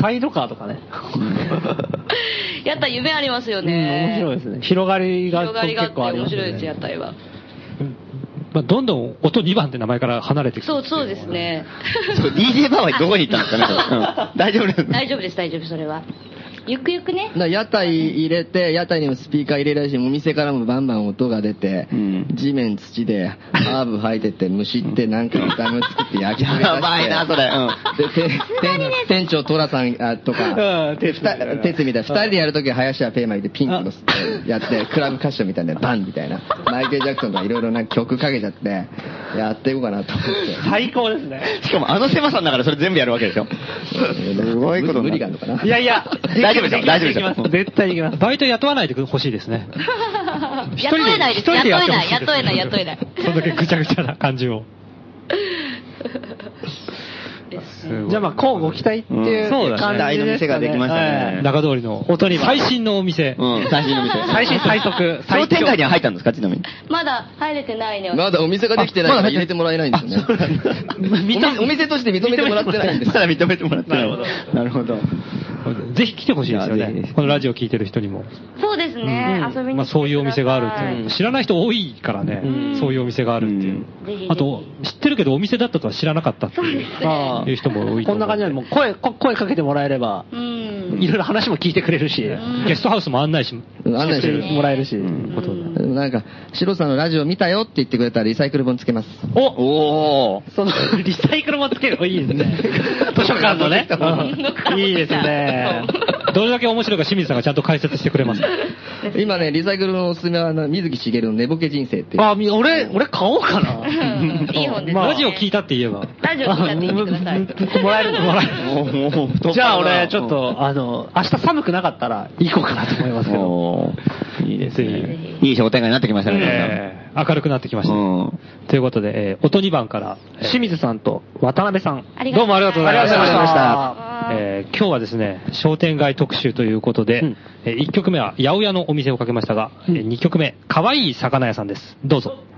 サイドカーとかね。
屋台夢ありますよ
うん面
ね。
白いですね。広がりが
広がりがあっ
結
て
構あり
面
ますね。
白いです、屋台は。
まあ、どんどん音2番って名前から離れていく
そう、そうです。ね。
そう、DJ バーはどこに行ったんですかね うん。大丈夫です。
大丈夫です、大丈夫、それは。ゆくゆくね
だか。ら屋台入れて、屋台にもスピーカー入れられるし、お店からもバンバン音が出て、
うん
地面土で、ハーブ吐いてて、虫ってなんかダム作って焼き鳥出して。
やばいな、それ。う
でて店店長、トラさんあとか、
うん
でふた鉄みたいな、二人でやるときは林家ペーマイでピンクのやって、クラブ歌手みたいな、バンみたいな、マイケル・ジャクソンとかいろいろなんか曲かけちゃって、やっていこうかなと思っ
最高ですね。
ん。しかもあの狭さの中でそれ全部やるわけでしょ。
て。
すごいこと
無
に
理
な
がある
る
の。かない
やいや、
大丈夫でしょ大丈夫でしょ
きます絶対できます。
バイト雇わないでほしいですね。一
雇
人で
えないです、
一
雇
人で
え
やって
ない、
ほしいです
雇えない、雇えない。
そんだけぐちゃぐちゃな感じを。
じゃあまあ、こうご期待っていう
そうだね
感じ
大の
です
店
かね。
ができましたね
中通りの
音2番
最新のお店。
うん、最新の店。
最新最速。
商店街には入ったんですかちなみに。
まだ入れてないね。
まだお店ができてないから入れてもらえないんですよね。 お店として認めてもらってないんです
ま。だ認めてもらってない。なるほど。
ぜひ来てほしいですよ
いやぜひぜ
ね
ひ。。
このラジオ聞いてる人にも。
そうですね、遊びに来てください。
まあそういうお店があるっていうう。
ん
知らない人多いからね
うん。
そういうお店があるっていううん
ぜひぜひ
あと、知ってるけどお店だったとは知らなかったっていう
ああ
いう人も多いと
こ
思うん
な感じなんで、もう声、こ声かけてもらえれば、
うん。
いろいろ話も聞いてくれるし、
ゲストハウスも案内し、
案内してる。
もらえるし。
うん
なんか、シロさんのラジオ見たよって言ってくれたらリサイクル本つけます。
お
おー。
その、リサイクルもつけるのいいです ね。図書館のね。うんいいですね。
どれだけ面白いか清水さんがちゃんと解説してくれます。
今ね、リサイクルのおすすめは、あの水木しげるの寝ぼけ人生っていう。
あ、み俺、俺買おうかな。
いい本ですね。
まあラジオ聞いたって言えば。
ラジオ聞いたって言ってください。
もらえるもらえる。
おー
じゃあ俺、ちょっ。と、あの、明日寒くなかったら行こうかなと思いますけど。
おーいいです
ぜ
ね。いい商店街になってきましたね皆
えー明るくなってきまし
さん。
た。
うん。
ということで、えー音2番から、えー
清水さんと渡辺さん
あり、がと
ど
う
う
ござ
もあ
い
り
ま
が
した
とうござい
ありがとうござい
まし
ました
た。
あー
えー今日はですね、商店街特集ということで、
うん
え1曲目は八百屋のお店をかけましたが、2曲目、かわいい魚屋さんです。どうぞ。
「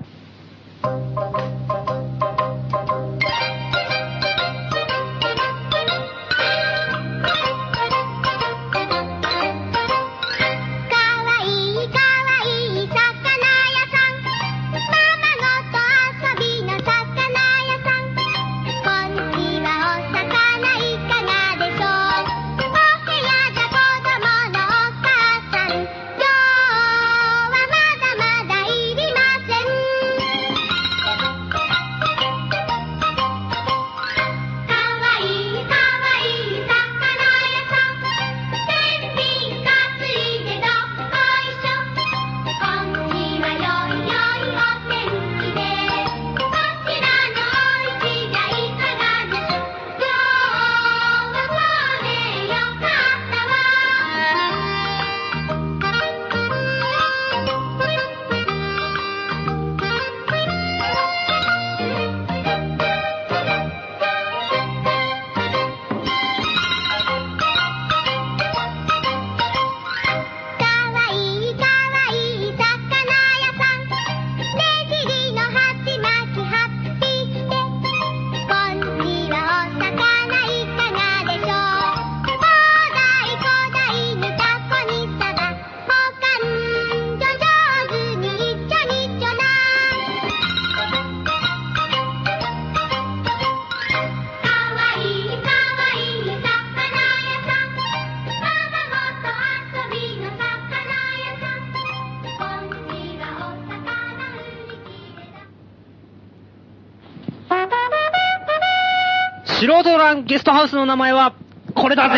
素人ランゲストハウスの名前は、これだぜ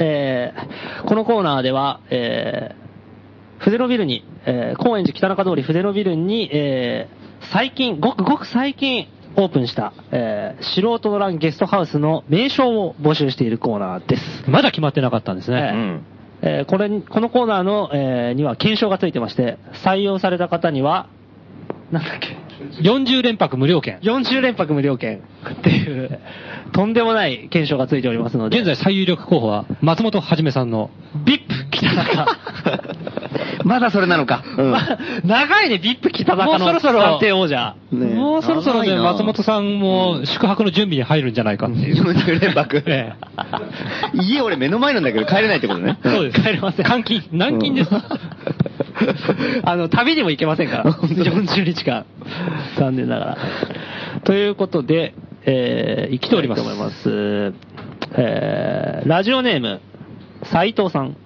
えーこのコーナーでは、えー、筆のビルに、えー高円寺北中通り筆のビルに、えー最近、ごくごく最近、オープンした、えー素人の欄ゲストハウスの名称を募集しているコーナーです。
まだ決まってなかったんです
ええ
ね。
えーこれに、このコーナーの、えーには検証がついてまして、採用された方には、なんだっけ、
40連泊無料券。
40連泊無料券っていう、とんでもない検証がついておりますので、
現在最有力候補は、松本はじめさんの、
VIP 北中。
まだそれなのか。うん。
長いね、VIP 北
も
中
うそ
の
ろそろ
暫定王者。
ねえ
もうそろそろ
長
ね、
いな
松本さんも宿泊の準備に入るんじゃないかっていう。
40連泊。
え
家俺目の前なんだけど帰れないってことね。
えそうです。
帰れません
監禁、軟禁です。
あの、旅にも行けません から。40日間。残念ながら。ということで、えー、生きております。と思います。えー、ラジオネーム、斉藤さん。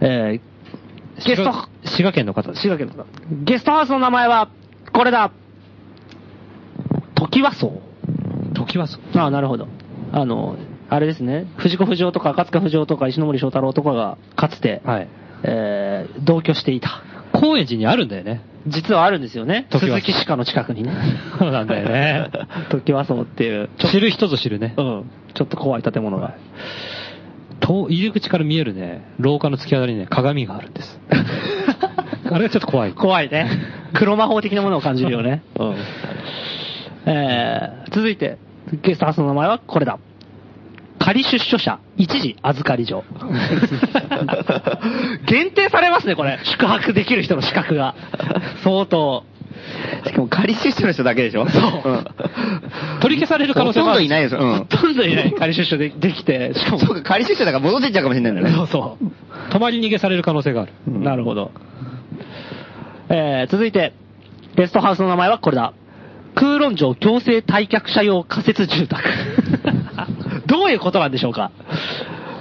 えー、ゲスト、
滋賀県の方です。
滋賀県の方ゲストハウスの名前は、これだ。時は荘。
時はそう。
ああ、なるほど。あの、あれですね。藤子不二雄とか、赤塚不二雄とか、石ノ森章太郎とかが、かつて、
はい
えー同居していた。
高円寺にあるんだよね。
実はあるんですよね。
時
鈴
は
木鹿の近くにね。
そうなんだよね。
時は荘っていう、ちょ
知る人ぞ知るね。
うん、ちょっと怖い建物が。
と入り口から見えるね、廊下の突き当たりにね、鏡があるん です。あれはちょっと怖い。
怖いね。黒魔法的なものを感じるよ ね。えー続いて、ゲストハウスの名前はこれだ。仮出所者、一時預かり 所。限定されますね、これ。宿泊できる人の資格が。相当。
しかも仮出所の人だけでしょそう。ん
取り消される可能
ほ
性も
とん
あ
ど
る
いないですよ。うん。
ほとんどいない仮出所でできて、しかも、
そうか、仮出所だから戻ってっちゃうかもしれないんだね。
そうそう。
泊まり逃げされる可能性がある。
なるほど。えー続いて、ゲストハウスの名前はこれだ。空論城強制退却者用仮設住 宅。どういうことなんでしょうか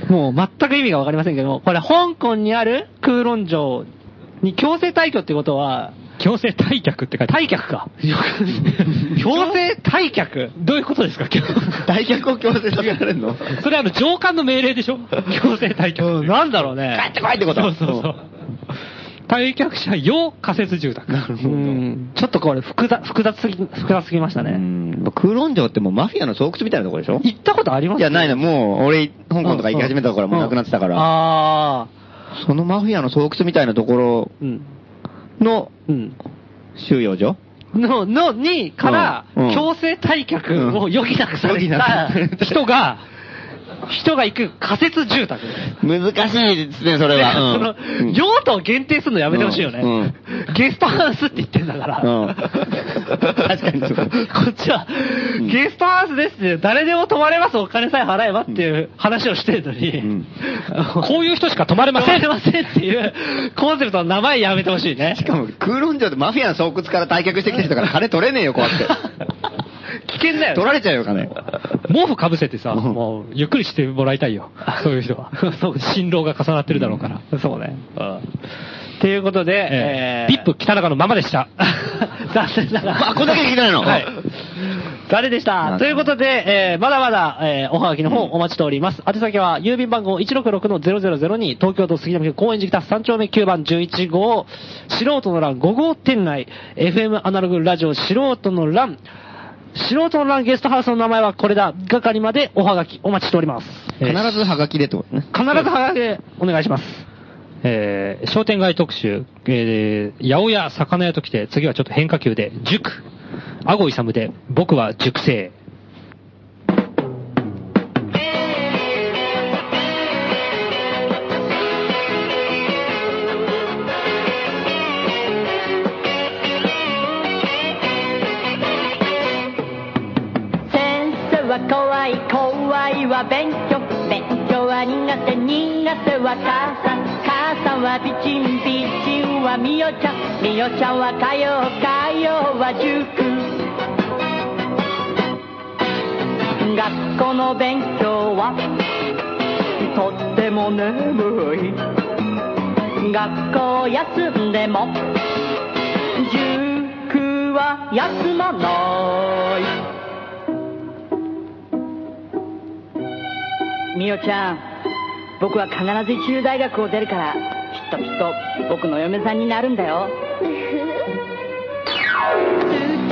もう全く意味がわかりませんけども、これ香港にある空論城に強制退去ってことは、
強制退却って書いてある。
退却 か。強制退却
どういうことですか、強
大脚を強制させられるの
それあの、上官の命令でしょ強制退
う
却。
んなんだろう
帰っ
ね。
てこいってこと
そうそうそう。退却者用仮設住宅。
うんちょっとこれ複雑、複雑すぎ、複雑すぎました
う
ね。
ん。空論城ってもうマフィアの巣窟みたいなとこでしょ
行ったことあります
いや、ないな、もう、俺、香港とか行き始めたから、
ん
もうなくなってたか
うん
ら、
あ
そのマフィアの巣窟みたいなところ
ーうん。
の
うん。
収容所
の、の、に、から
うんう、ん
強制退却を余儀なくされ
余儀な
た
くされた
人が、人が行く仮設住宅。
難しいですね、それ
そ
は
の。用途を限定するのやめてほしいよね、
う
ゲストハウスって言ってんだから。
うん確かにそう
こっちは、
ん
ゲストハウスですって、誰でも泊まれます、お金さえ払えばっていう話をしてるのに、
ん
こういう人しか泊まれません。泊まれませんっていうコンセプトの名前やめてほしいね。
しかも、空論城ってマフィアの巣窟から退却してきた人から 金取れねえよ、怖くて。
危険 だよね、
取られちゃうよ、金。
毛布かぶせてさ、
うん
もう、ゆっくりしてもらいたいよ。そういう人は。辛労が重なってるだろうから。
そうね。ということで、え
えー、ビップ北中のままでした。
残念ながら。
あ、こんだけ聞いてないの
はい。誰でした。ということで、えー、まだまだ、えー、おはがきの方お待ちしております。宛先は、郵便番号166-0002、東京都杉並区公園寺北3丁目9番11号、素人の欄5号店内、FM アナログラジオ素人の欄、素人の欄ゲストハウスの名前はこれだ、係までおはがきお待ちしております。
必ずハガキでってことね。
必ずはがきでお願いします。
えー商店街特集、えー八百屋、魚屋ときて、次はちょっと変化球で、塾。あごいさむで、僕は塾生。
先生は怖い怖いは勉強勉強は苦手苦手は母さん母さんは美人美人はみよちゃんみよちゃんは火曜火曜は塾学校の勉強はとっても眠い学校を休んでも塾は休まないみおちゃん僕は必ず一流大学を出るからきっときっと僕の嫁さんになるんだよ好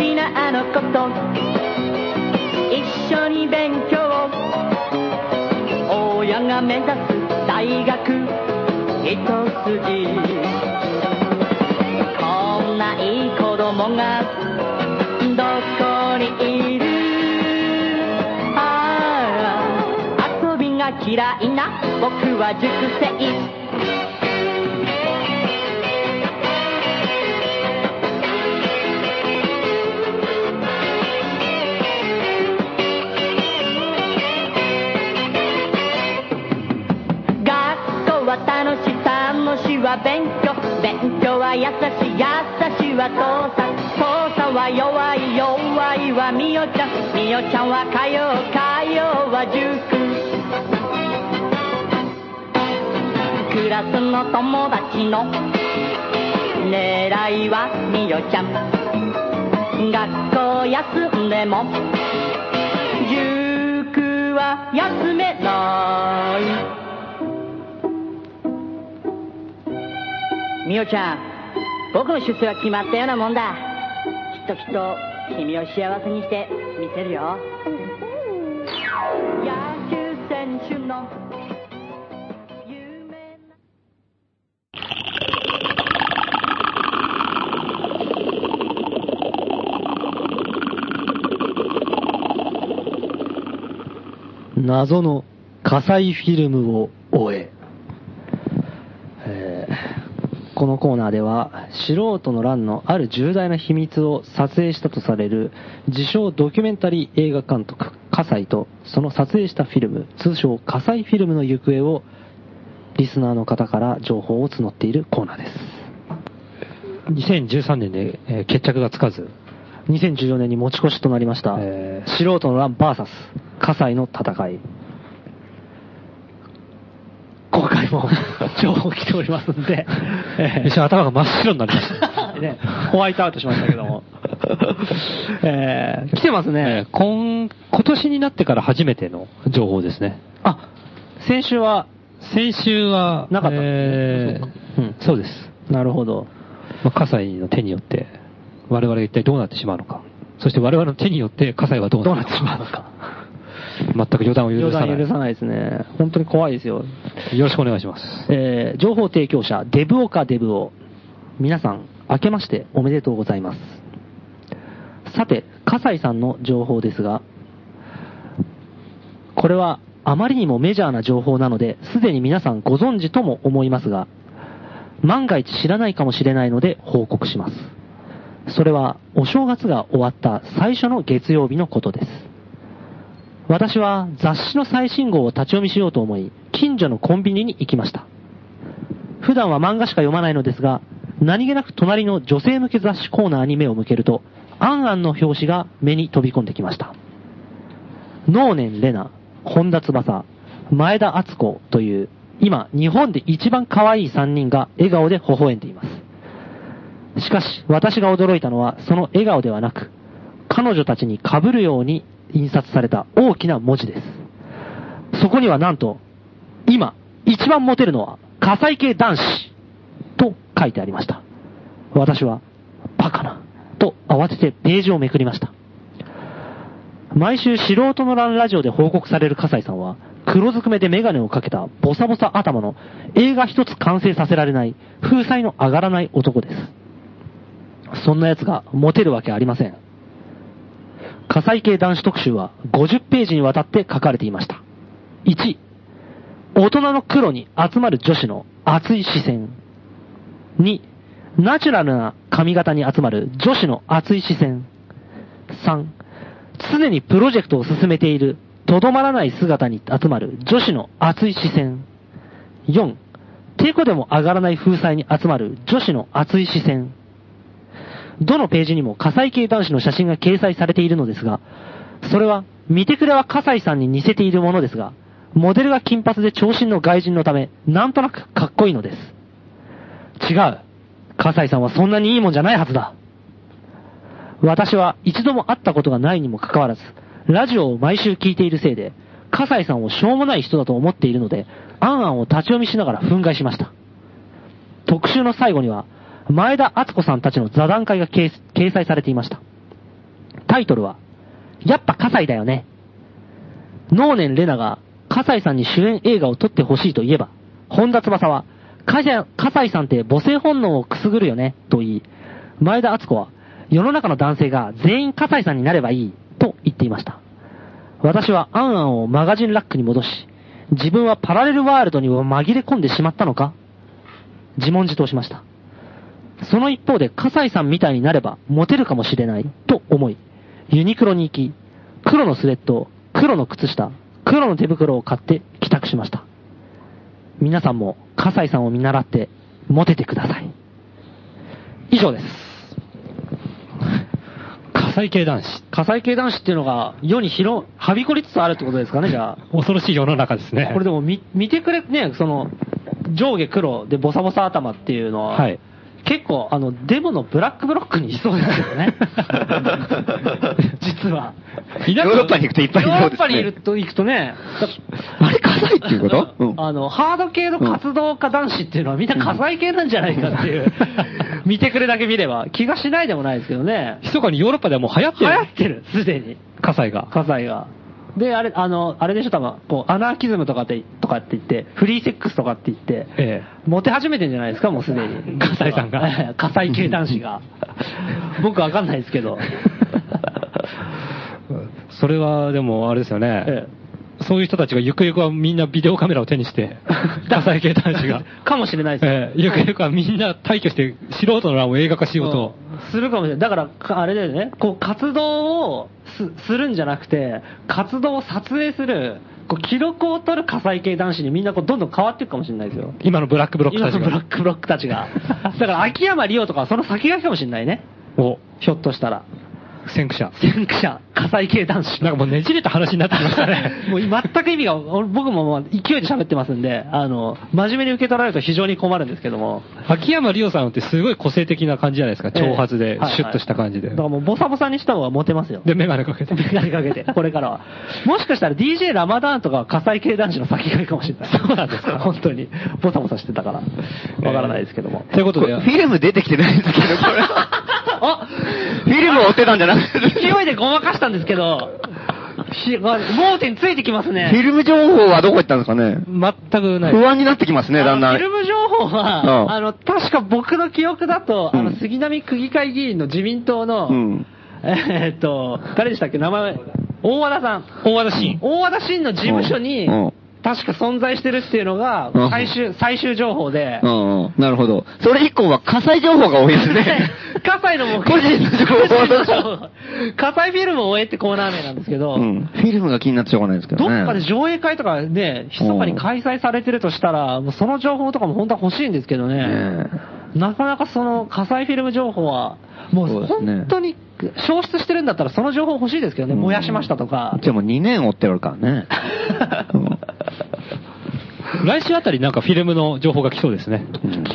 きなあの子と一緒に勉強親が目指す大学一筋こんないい子供がどこにいるああ遊びが嫌いな僕は熟成学校は楽しさ楽しは勉強勉強は優しい優しいは父さん父さんは弱い弱いはみおちゃんみおちゃんは火曜火曜は塾クラスの友達の狙いはみおちゃん学校休んでも塾は休めないみおちゃん僕の出世は決まったようなもんだきっときっと君を幸せにしてみせるよ野球選手の夢
謎の火災フィルムを終ええーこのコーナーでは素人の乱のある重大な秘密を撮影したとされる自称ドキュメンタリー映画監督葛西とその撮影したフィルム通称葛西フィルムの行方をリスナーの方から情報を募っているコーナーです
2013年で、えー決着がつかず、
2014年に持ち越しとなりました、
えー
素人の乱 VS 葛西の戦い今回 も情報来ておりますんで、えー
一瞬頭が真っ白になりま した。
ね、ホワイトアウトしましたけども、 えー来てますね
えー、今今年になってから初めての情報ですね。
あ先週は
先週は、
なかったんで
え
すね
ー
うん
そうです。
なるほど
まあ、葛西の手によって、我々が一体どうなってしまうのか。そして我々の手によって、葛西はどう
どう
な
な
っ
っててし
し
ま
まう
う
の
の
か。
か
全く予断を許
予
さない。
断許さないですね本当に怖いですよ
よろしくお願いします。
えー情報提供者、デブオカデブオ。皆さん、明けましておめでとうございます。さて、笠井さんの情報ですが、これはあまりにもメジャーな情報なので、すでに皆さんご存知とも思いますが、万が一知らないかもしれないので報告します。それは、お正月が終わった最初の月曜日のことです。私は雑誌の最新号を立ち読みしようと思い、近所のコンビニに行きました。普段は漫画しか読まないのですが、何気なく隣の女性向け雑誌コーナーに目を向けると、アンアンの表紙が目に飛び込んできました。能年玲奈、本田翼、前田敦子という、今、日本で一番可愛い3人が笑顔で微笑んでいます。しかし、私が驚いたのは、その笑顔ではなく、彼女たちに被るように印刷された大きな文字です。そこにはなんと、今、一番モテるのは、火災系男子と書いてありました。私は、バカな、と慌ててページをめくりました。毎週素人のランラジオで報告される笠井さんは、黒ずくめでメガネをかけたボサボサ頭の映画一つ完成させられない風采の上がらない男です。そんな奴がモテるわけありません。火災系男子特集は50ページにわたって書かれていました。1、大人の黒に集まる女子の熱い視線。2、ナチュラルな髪型に集まる女子の熱い視線。3、常にプロジェクトを進めている、とどまらない姿に集まる女子の熱い視線。4、てこでも上がらない風采に集まる女子の熱い視線。どのページにも火災系男子の写真が掲載されているのですが、それは、見てくれは葛西さんに似せているものですが、モデルが金髪で長身の外人のため、なんとなくかっこいいのです。違う。葛西さんはそんなにいいもんじゃないはずだ。私は一度も会ったことがないにもかかわらず、ラジオを毎週聞いているせいで、笠井さんをしょうもない人だと思っているので、アンアンを立ち読みしながら憤慨しました。特集の最後には、前田敦子さんたちの座談会が掲掲載されていました。タイトルは、やっぱ葛西だよね。能年玲奈が葛西さんに主演映画を撮ってほしいと言えば、本田翼は、葛西さんって母性本能をくすぐるよね、と言い、前田敦子は、世の中の男性が全員葛西さんになればいい、と言っていました。私はアンアンをマガジンラックに戻し、自分はパラレルワールドに紛れ込んでしまったのか自問自答しました。その一方で、笠井さんみたいになれば、モテるかもしれない、と思い、ユニクロに行き、黒のスウェット、黒の靴下、黒の手袋を買って帰宅しました。皆さんも、笠井さんを見習って、モテてください。以上です。
火災系男子。
火災系男子っていうのが、世に広、はびこりつつあるってことですかね、じゃあ。
恐ろしい世の中ですね。
これでも見、見てくれ、ね、その、上下黒でボサボサ頭っていうのは、
はい
結構、あの、デブのブラックブロックにいそうですよ ね。実は。
いな
ヨ
く
ーロッパに行くといっぱいい
ヨ
る
ー
そ
ロ
う
ッ
ですね。
パにいると、行くとね、
あれ、火災っていう ことうん。
あの、ハード系の活動家男子っていうのはみんな火災系なんじゃないかっていう、見てくれだけ見れば、気がしないでもないですけどね。
密かにヨーロッパではもう流行って
流
る。
行ってる、すでに。
火災が。
葛西が。で、あれ、あの、あれでしょ、多分、こう、アナーキズムとかって、とかって言って、フリーセックスとかって言って、
え
モテ始めてんじゃないですか、もうすでに。
葛西さんが
ええ 葛西系男子 が。僕わかんないですけど。
それはでもあれですよね。
え
そういう人たちがゆくゆくはみんなビデオカメラを手 にして、火災系男子が。
かもしれないですよ
ええゆくゆくはみんな退去して素人の欄を映画化しようと。
うんするかもしれない。だから、かあれだよね、こう、活動をすするんじゃなくて、活動を撮影する、こう、記録を取る火災系男子にみんなこう、どんどん変わっていくかもしれないですよ。
今のブラックブロック
今
たち
のブラ
が
ッ。クブロックたちが。だから秋山リオとかはその先がかもしれないね。
お、
ひょっとしたら。
先駆者。
先駆者、火災系男子。
なんかもうねじれた話になってきましたね。
もう全く意味が、俺僕ももう勢いで喋ってますんで、あの、真面目に受け取られると非常に困るんですけども。
秋山リオさんってすごい個性的な感じじゃないですか。長髪
ええ
で
はい、
シュッとした感じで
だか。らもうボサボサにした方がモテ ますよ。
で、メガネか けて。
眼鏡かけて、これからは。もしかしたら DJ ラマダーンとかは火災系男子の先がいいかもしれない。そうなんですか本当に。ボサボサしてたから。わからないですけども。
ということ
こ
で
れ、フィルム出てきてないんですけど、これ。
あ
フィルムを追ってたんじゃなくて。 フ
勢いでごまかしたんですけど、し盲点ついてきますね。
ィルム情報はどこ行ったんですかね
全くない。
不安になってきますね、だんだ
あのフィル
ん。
ム情報は、
うん
あの、確か僕の記憶だと、あ
う
の、
ん
杉並区議会議員の自民党の、
うん
えーっと、誰でしたっけ、名前、大和田さん。
大和田信。
大和田真の事務所に
うんうん、
確か存在してるっていうのが
う、ん
最終、最終情報で
う、んうん。なるほど。それ以降は火災情報が多いで すね。
葛西の目
個人の情報
個人の情報 葛西フィルムを終えってコーナー名なんですけど、
うん。フィルムが気になってしょうがないですけど
ど
ね。
っかで上映会とかね、密かに開催されてるとしたら、もうその情報とかも本当は欲しいんですけどね。
ね
なかなかその火災フィルム情報は、も
そう
う
ですね
本当に消失してるんだったらその情報欲しいですけどね、燃やしましたと か。
じゃあもう2年追ってるから ね。うん
来週あたりなんかフィルムの情報が来そうですね。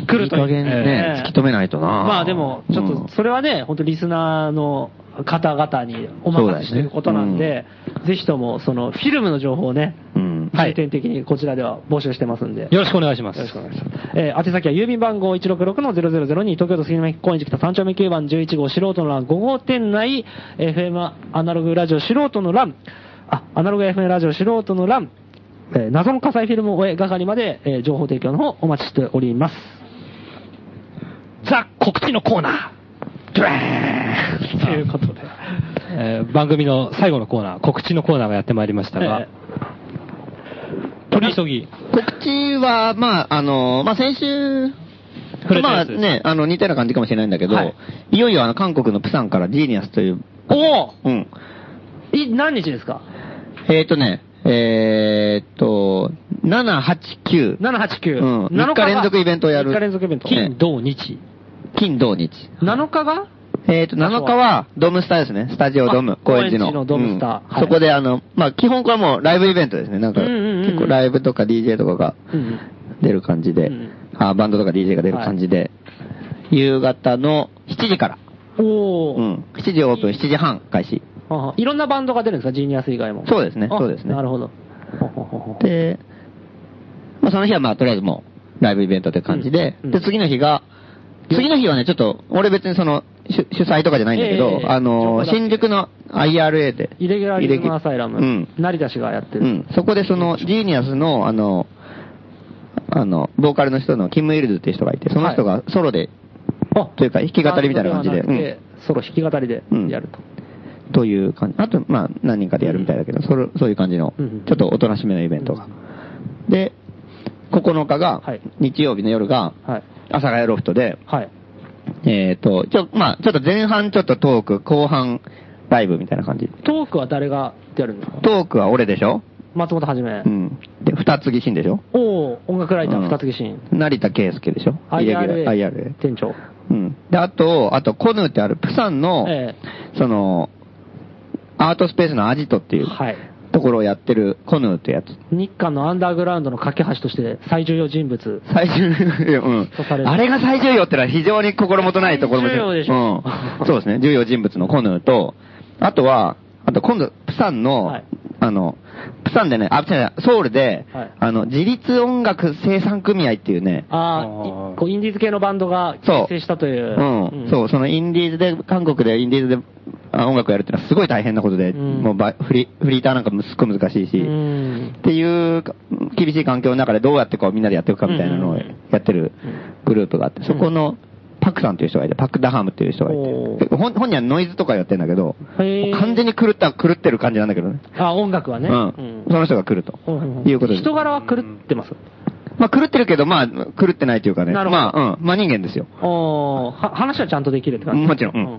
来ると
いい加減ね、
ええ
突き止めないとな。
まあでも、ちょっと、それはね、本当リスナーの方々にお任せしてることなんで、ぜひとも、その、フィルムの情報をね、
うん
重点的にこちらでは募集してますんで。
よろしくお願いします。
えー宛先は郵便番号166-0002東京都杉並区高円寺北三丁目9番11号素人の欄5号店内 FM アナログラジオ素人の欄あアナログ FM ラジオ素人の欄、えー謎の火災フィルムを終え係まで、えー情報提供の方お待ちしております
ザ告知のコーナ
ということで、
ー、えー番組の最後のコーナー、告知のコーナーがやってまいりましたが、
え
取り急ぎ、
告知は、まあ、あの、まあ、先週、
触れた
まあ
やつですね
ね、あの、似たような感じかもしれないんだけど、
はい
い、よいよあの、韓国のプサンからジーニアスという、
ーお
うん。
おい何日ですか
えっ、ー、とね、えー、っと、7、8、9、
?789、
うん
7
3日連続イベントをやる
3日連続イベント。
ね
金、土、日、
金、土、日。
7日が
えっ、と、7日は、ドームスターですね。スタジオドー
あ
ム、高円
高円寺
寺の。
のドームスター
うん
はい
そこで、あの、まあ、基本これはもうライブイベントですね。なんか、
うんうんうんうん
結構ライブとか DJ とかが
うん
出る感じで、
うん
あバンドとか DJ が出る感じで、夕方の7時から、
おー、
うん、7時オープン、7時半開始。
あいろんなバンドが出るんですかジーニアス以外も。
そうですね
あ
そうですね
なるほど。ほうほうほう
で、まあ、その日はまあ、とりあえずもう、ライブイベントって感じで、
うんうん
で、次の日が、次の日はね、ちょっと、俺別にその、主主催とかじゃないんだけど、
ええ
あの、
情報だ
新宿の IRA で、
イレギュラーリズムアサイラム、
うん
成田氏がやって
う
る。
ん、そこでその、ジーニアスの、あの、あの、ボーカルの人のキム・イルズっていう人がいて、その人がソロで、
あ
というか弾き語りみたいな感じで
バンドはなくてソロ弾き語りで
うん
やると。
という感じ。あと、まあ、何人かでやるみたいだけど、それそういう感じの
うんうん、
ちょっとおとなしめのイベントが。で、9日が
はい、
日曜日の夜が、
はい。
阿佐ヶ谷ロフトで、
はい。
えっ、と、ちょ、まあちょっと前半ちょっとトーク、後半ライブみたいな感じ。
トークは誰がやるんですか
トークは俺でしょ
松本はじめ
う。ん。で、二つぎしんでしょ
おお音楽ライター二つ木
う
ン
ん成田圭介でしょ
IRA。
IRA。
店長。
うん。で、あと、あと、コヌーってある、プサンの、
え
その、アートスペースのアジトって
え
いう
はい。
ところをやってるコヌーってやつ。
日韓のアンダーグラウンドの架け橋として最重要人物。
最重要、うん
とされ。る
あれが最重要ってのは非常に心もとないところも
最重要でしょ
うん。そうですね。重要人物のコヌーと、あとは、あと今度、プサンの、
はい
あの、プサンでね、あ、違う違う、ソウルで、
はい
あの、自立音楽生産組合っていうね、
あ
あ
あ
ー、
こうインディーズ系のバンドが
そう
結成したという。
うん、そう、そのインディーズで、韓国でインディーズであ音楽やるってのはすごい大変なことで、
うん
もうバフリフリーターなんかもすっごい難しいし、
うん
っていうか厳しい環境の中でどうやってこうみんなでやっていくかみたいなのをやってるグループがあって、そこのパクさんという人がいて、パクダハムっていう人がい
お
て、本本人はノイズとかやってんだけど、
へー
完全に狂った、狂ってる感じなんだけどね。
あ、音楽はね。
うん。その人が来ると。いうことです。
人柄は狂ってます。
まあ狂ってるけど、まあ狂ってないというかね。
なるほど
まあ、うん。まあ人間ですよ。
おーは話はちゃんとできるって感じ
もちろんうん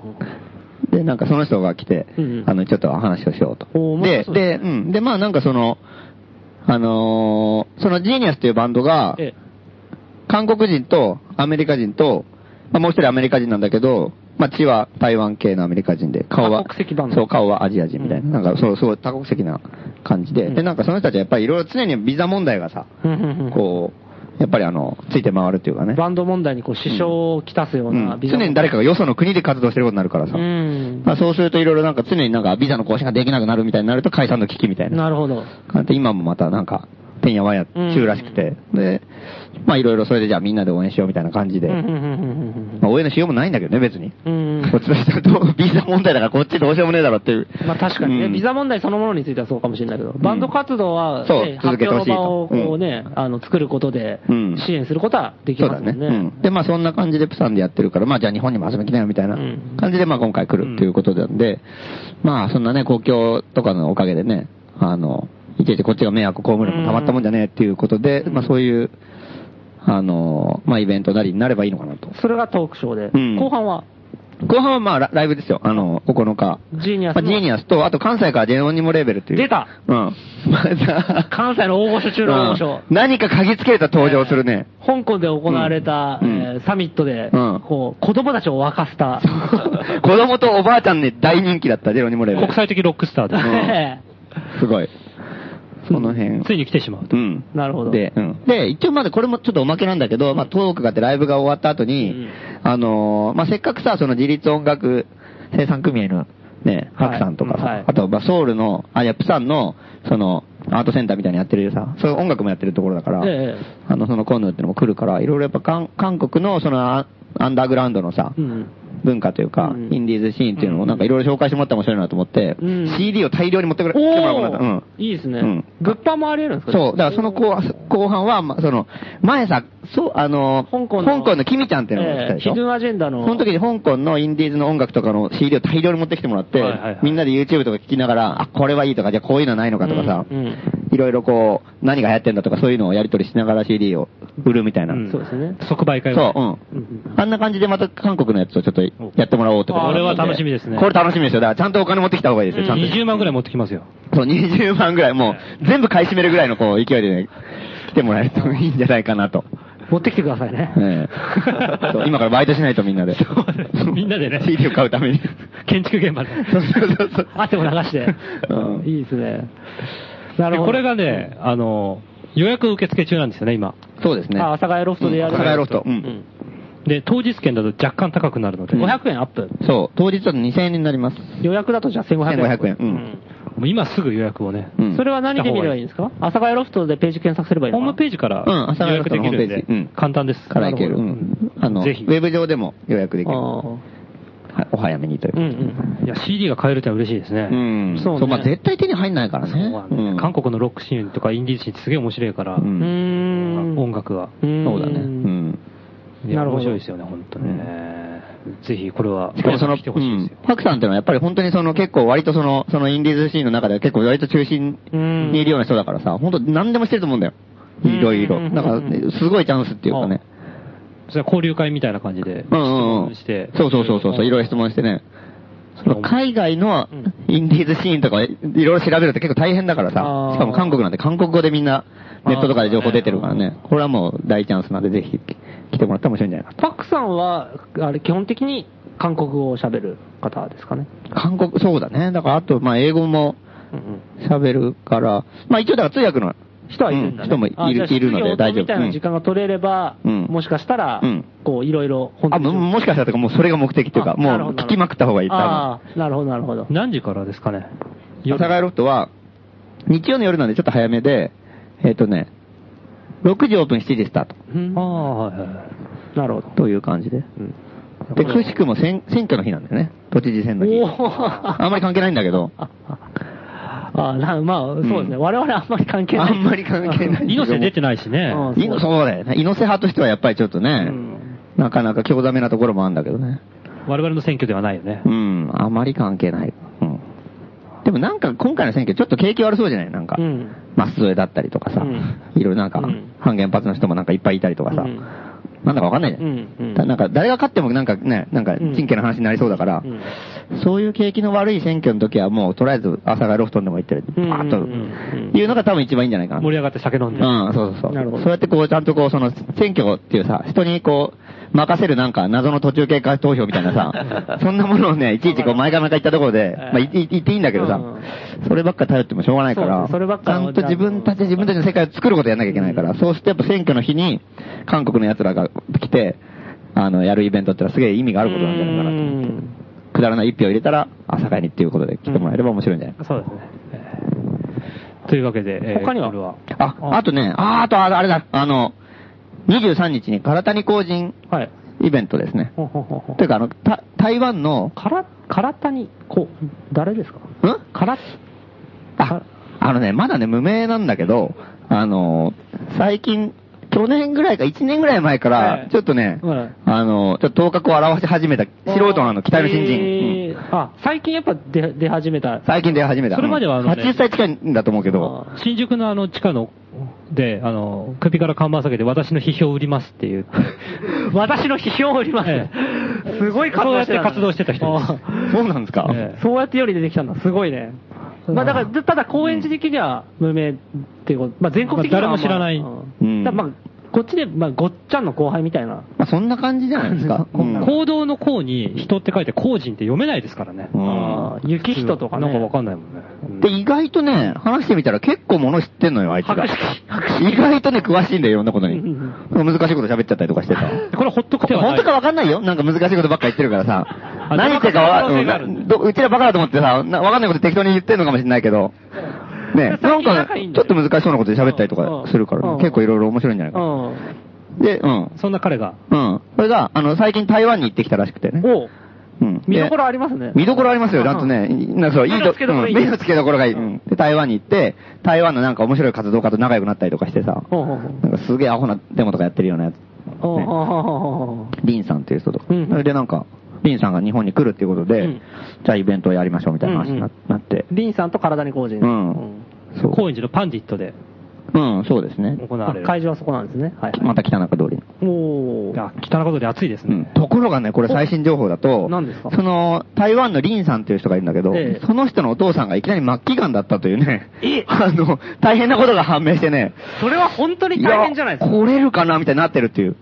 で、なんかその人が来て、
うんうん
あの、ちょっと話をしようと。
おー面白
で、
そう
で、うん。で、まあなんかその、あのーそのジーニアスというバンドが、
ええ
韓国人とアメリカ人と、まあ、もう一人アメリカ人なんだけど、まあ、血は台湾系のアメリカ人で、顔
多
は、
国籍バンド
そう、顔はアジア人みたいな。なんか、そう、すごい多国籍な感じで、
うん
で、なんかその人たちはやっぱりいろいろ常にビザ問題がさ、
うんうんうん
こう、やっぱりあの、ついて回るっていうかね。
バンド問題にこう支障をきたすよう
う、
なんビジョン
常に誰かがよその国で活動してることになるからさ。
うん
まあ、そうするといろいろなんか常になんかビザの更新ができなくなるみたいになると解散の危機みたいな。
なるほど。
感じで今もまたなんか、てんやわんや中らしくて。で、まあいろいろそれでじゃあみんなで応援しようみたいな感じで。
うんうんうん
まあ応援のしようもないんだけどね、別に。
うんうんうん
こっちの人どう、ビザ問題だからこっちどうしようもねえだろっていう。
まあ確かにね、
うん
ビザ問題そのものについてはそうかもしれないけど、バンド活動は、ね
そう続
発
けてほし
表
い
の
と
場をこうね、あの作ることで
うん
支援することはでき
そう
ま
だ
すも
ね。
ん
う
ね。
ん。で、まあそんな感じでプサンでやってるから、まあじゃあ日本にも遊びに来なよみたいな
うん
感じで、まあ今回来るっていうことなんで、まあそんなね、公共とかのおかげでね、あの、いちいちこっちが迷惑被るのもたまったもんじゃねえっていうことで、まあそういう、あの、まあイベントなりになればいいのかなと。
それがトークショーで、
うん
後半は、
後半はまあラライブですよ、あの、9日。
ジーニアス
ま
の
あジーニアスと、あと関西からジェノニモレーベルという。
出た
うん。 また
関西の大御所中の大御所、
うん何か嗅ぎつけた登場す るね。
香港で行われた、
うん
えーサミットで、
うん
こう子供たちを沸かせた、
子供とおばあちゃんに大人気だった、ジェロニモレーベ
国
ル。
際的ロックスターで
んすごい。その辺。
ついに来てしまうと。
うん。
なるほど
で、うん。で、一応まだこれもちょっとおまけなんだけど、まあトークがあってライブが終わった後に、
うん
あのーまあせっかくさ、その自立音楽生産組合のね、
はい
ハクさんとかさ、
はい
あと、まあソウルの、あ、いや、プサンの、その、アートセンターみたいにやってるさ、そういう音楽もやってるところだから、
ええ
あの、そのコンヌーってのも来るから、いろいろやっぱ韓韓国のそのアアンダーグラウンドのさ、
うん
文化というか、
うん
インディーズシーンっていうのをなんかいろいろ紹介してもらったら面白いなと思って、
うん
CD を大量に持ってくれ、来てもらうことになった。うん
おー、いいですね、
うん
グッパもあり得るんですか
そう、だからその後後半は、まその、前さ、そう、あの、
香港の
キミちゃんっていうのが来たでしょ、
ええヒドゥンアジェンダの
その時に香港のインディーズの音楽とかの CD を大量に持ってきてもらって、
はいはいはい
みんなで YouTube とか聞きながら、あ、これはいいとか、じゃあこういうのないのかとかさ、
うんうん
いろいろこう、何が流行ってんだとかそういうのをやり取りしながら CD を売るみたいな。
うん
そうですね。
即売会
そう、
う
う。
ん
あんな感じでまた韓国のやつをちょっとやってもらおうとか。
あれは楽しみですね
これ楽しみですよ。だからちゃんとお金持ってきた方がいいですよ、ちゃんと。
20万ぐらい持ってきますよ。
そう、20万ぐらい、もう、全部買い占めるぐらいの、こう、勢いでね、来てもらえるといいんじゃないかなと。
持ってきてくださいね。
ええそう今からバイトしないとみんなで。
みんなでね
CD を買うために。
建築現 場で。
そうそうそうそう。
汗を流して。
うん
いいですね。なるほど。
これがね、あの、予約受付中なんですよね、今。
そうですね。
あ阿佐ヶ谷ロフトでやる
うん阿佐ヶ谷ロフト。う。
うんん
で、当日券だと若干高くなるので。
うん
500円アップ。
そう、当日だと2000円になります。
予約だとじゃあ1500円。
1500円うん
もう今すぐ予約をね、
うん
それは何で見ればいいんですか朝ヶ谷ロフトでページ検索すればいい
ホ
のか
ー
な
ムページから
うん朝
予
のロフ
約
ト
で
の
き
ホ
るん
ームペ
で
ージうん、
簡単です。
からいける。
な
う
ほど
んあの、ウ
ぜひ。
ェブ上でも予約できる。
あ
はいお早めにという
あ。うんう
こ
ん。
いや、CD が買えるってのは嬉しいですね。
とで。うん。
そうね
まあ絶対手に入んないからね。
そうなんだよ
うん
韓国のロックシーンとかインディーズシーンってすげえ面白いから、
うん
うーん。
音楽が。
そうだ
う。ん。
いや
なるほど
面白いですよね、本当ね。ぜひ、これは、
しかもその、う
来てほしいです
ん
よ。。
パクさんってのはやっぱり本当にその結構割とその、そのインディーズシーンの中では結構割と中心
うん
にいるような人だからさ、本当何でもしてると思うんだよ。
うん
いろいろ。だから、
う
すごいチャンスっていうかね。
それは交流会みたいな感じで、質
うんうんう
問
ん。
して。
そうそうそうそう、いろいろ質問してね。その海外のインディーズシーンとかいろいろ調べるって結構大変だからさ
あー。
しかも韓国なんて韓国語でみんなネットとかで情報出てるからね。これはもう大チャンスなんでぜひ来てもらったら面白いんじゃないか
パクさんは、あれ、基本的に韓国語を喋る方ですかね。
な。韓国、そうだね。だからあと、まあ英語も
うんうん。
喋るから、まあ一応だから通訳の
人はいるんだ、ね
うん人もいる
あじゃあ
いるので大
職業
丈夫
みたいな時間が取れれば、
うん
もしかしたら、
うん
こう、いろいろ、本
あ、ももしかしたらとかもうそれが目的っていうか、
あなる
も
ほ
う
ど
聞きまくった方がいい。多分
ああ、なるほど、なるほど。
何時からですかね。
阿佐ヶ谷ロフトは、日曜の夜なんでちょっと早めで、えっ、とね、6時オープン7時スタート
うん
ああ、はいはいはい。
なるほど。
という感じで。で、くしくも選選挙の日なんだよね。都知事選の日
お。ー
あんまり関係ないんだけど、
あなまあ、そうですね。
うん
我々あんまり関係ない。
あんまり関係ない。
猪瀬出てないしね。
うん
いのそうだよね。猪瀬派としてはやっぱりちょっとね、
うん
なかなか興ざめなところもあるんだけどね。
我々の選挙ではないよね
う。ん、あまり関係ない。うん。でもなんか今回の選挙ちょっと景気悪そうじゃないなんか。
うん
マス添えだったりとかさ、
うん
いろいろなんか、
うん
反原発の人もなんかいっぱいいたりとかさ、
うん
なんだかわかんないじゃん。
うんうん
だなんか誰が勝ってもなんかね、なんか、
うん
珍家の話になりそうだから、
うん
そういう景気の悪い選挙の時はもう、とりあえず朝がロフトにでも行ってる、
うんうん
バーッと、
うん
いうのが多分一番いいんじゃないかな。
盛り上がって酒飲ん
う
で。
ん、そうそうそう。
なるほど
そうやってこう、ちゃんとこう、その、選挙っていうさ、人にこう、任せるなんか謎の途中経過投票みたい なさ、そんなものをね、いちいちこう、前から毎回言ったところで、まあ、いい言っていいんだけどさ
うん、
そればっか頼ってもしょうがないか
そう
ら、
ですそればっ
ち
か
ゃ
は
んと自分たち、自分たちの世界を作ることやんなきゃいけないから、そうしてやっぱ選挙の日に、韓国の奴らが来て、あの、やるイベントってのはすげえ意味があることなんじゃないかなと思って
うん
くだらない一票入れたら、朝会にっていうことで来てもらえれば面白いんじゃないかな。
そうですね。えーというわけで、えー
他には
これ
あ、あとね、あ、あとあれだ、あの、23日に唐谷公人
はい。
イベントですね。
ほうほうほうほう
というか、あの、た台湾の、
から、からたに、こう、誰ですか
ん
から、
あ、あのね、まだね、無名なんだけど、あの、最近、去年ぐらいか、1年ぐらい前か
は
ら
い、
ちょっとね、
はい
あの、ちょっと頭角を現し始めた、素人なの、期待の新人。
えー
うん
あ、最近やっぱ出、出始めた。
最近出始めた。
それまではあのね
うん80歳近いんだと思うけど、
あ
新宿のあの地下の、で、あの、首から看板下げて私の批評を売りますっていう。
私の批評を売ります。
え
すごい活
そう
動
や
し
ってて
たんだ
活動してた人です。
そうなんですか、
ええ
そうやってより出てきたんだ。すごいね。まあだから、ただ高円寺的には無名っていうこと、まあ全国的にはあんま、
まあ誰も知らない
うんだからまあ、こっちで、まあ、ごっちゃんの後輩みたいな。
まあ、そんな感じじゃないですか。うん
行動の行に人って書いて行人って読めないですからね。
うん
あー雪人とかね。
なんかわかんないもんね。
で、意外とね、話してみたら結構物知ってんのよ、あいつが。意外とね、詳しいんだよ、いろんなことに。難しいこと喋っちゃったりとかし てた。
これほっとく手はな
本
い。
当かわかんないよ。なんか難しいことばっか言ってるからさ。
あ
何言ってるかわ
可
か
能性
んな
があ
い
る
うん。どうちらバカだと思ってさ、なわかんないこと適当に言ってんのかもしれないけど。 ね
最近
なんか
仲いいん、だ
ちょ
よ
っと難しそうなことで喋ったりとかするから
うん
ね、結構いろいろ面白いんじゃないか
う
な。
ん。
で、うん。
そんな彼が。
うん。それが、あの、最近台湾に行ってきたらしくてね。
おう
うん。で
見どころありますね。
見どころありますよ、ちゃんとね。なんかそう、い
目
い
の付けどころいい
うん目の付けどころがいい。うんで、台湾に行って、台湾のなんか面白い活動家と仲良くなったりとかしてさ、
ほうほう
なんかすげえアホなデモとかやってるようなやつ。
ほう。
ね
ほうほうほうほうほう
リンさんっていう人とか。
うん
それでなんか、リンさんが日本に来るっていうことで、
うん
じゃあイベントをやりましょうみたいな話にな,、
うん
って。
リンさんと体に工事。
うん。そう
高円寺のパンディットで
うん、そうですね。
行
あ
われる。
会場はそこなんですね。はい、は
また北中通り
い。
の。
おー
あ、北のことで暑いです
うん
ね。
ところがね、これ最新情報だと、
お何ですか
その、台湾のリンさんっていう人がいるんだけど、
ええ
その人のお父さんがいきなり末期癌だったというね
え、
あの、大変なことが判明してね、
それは本当に大変じゃないですか。
や来れるかなみたいになってるっていう。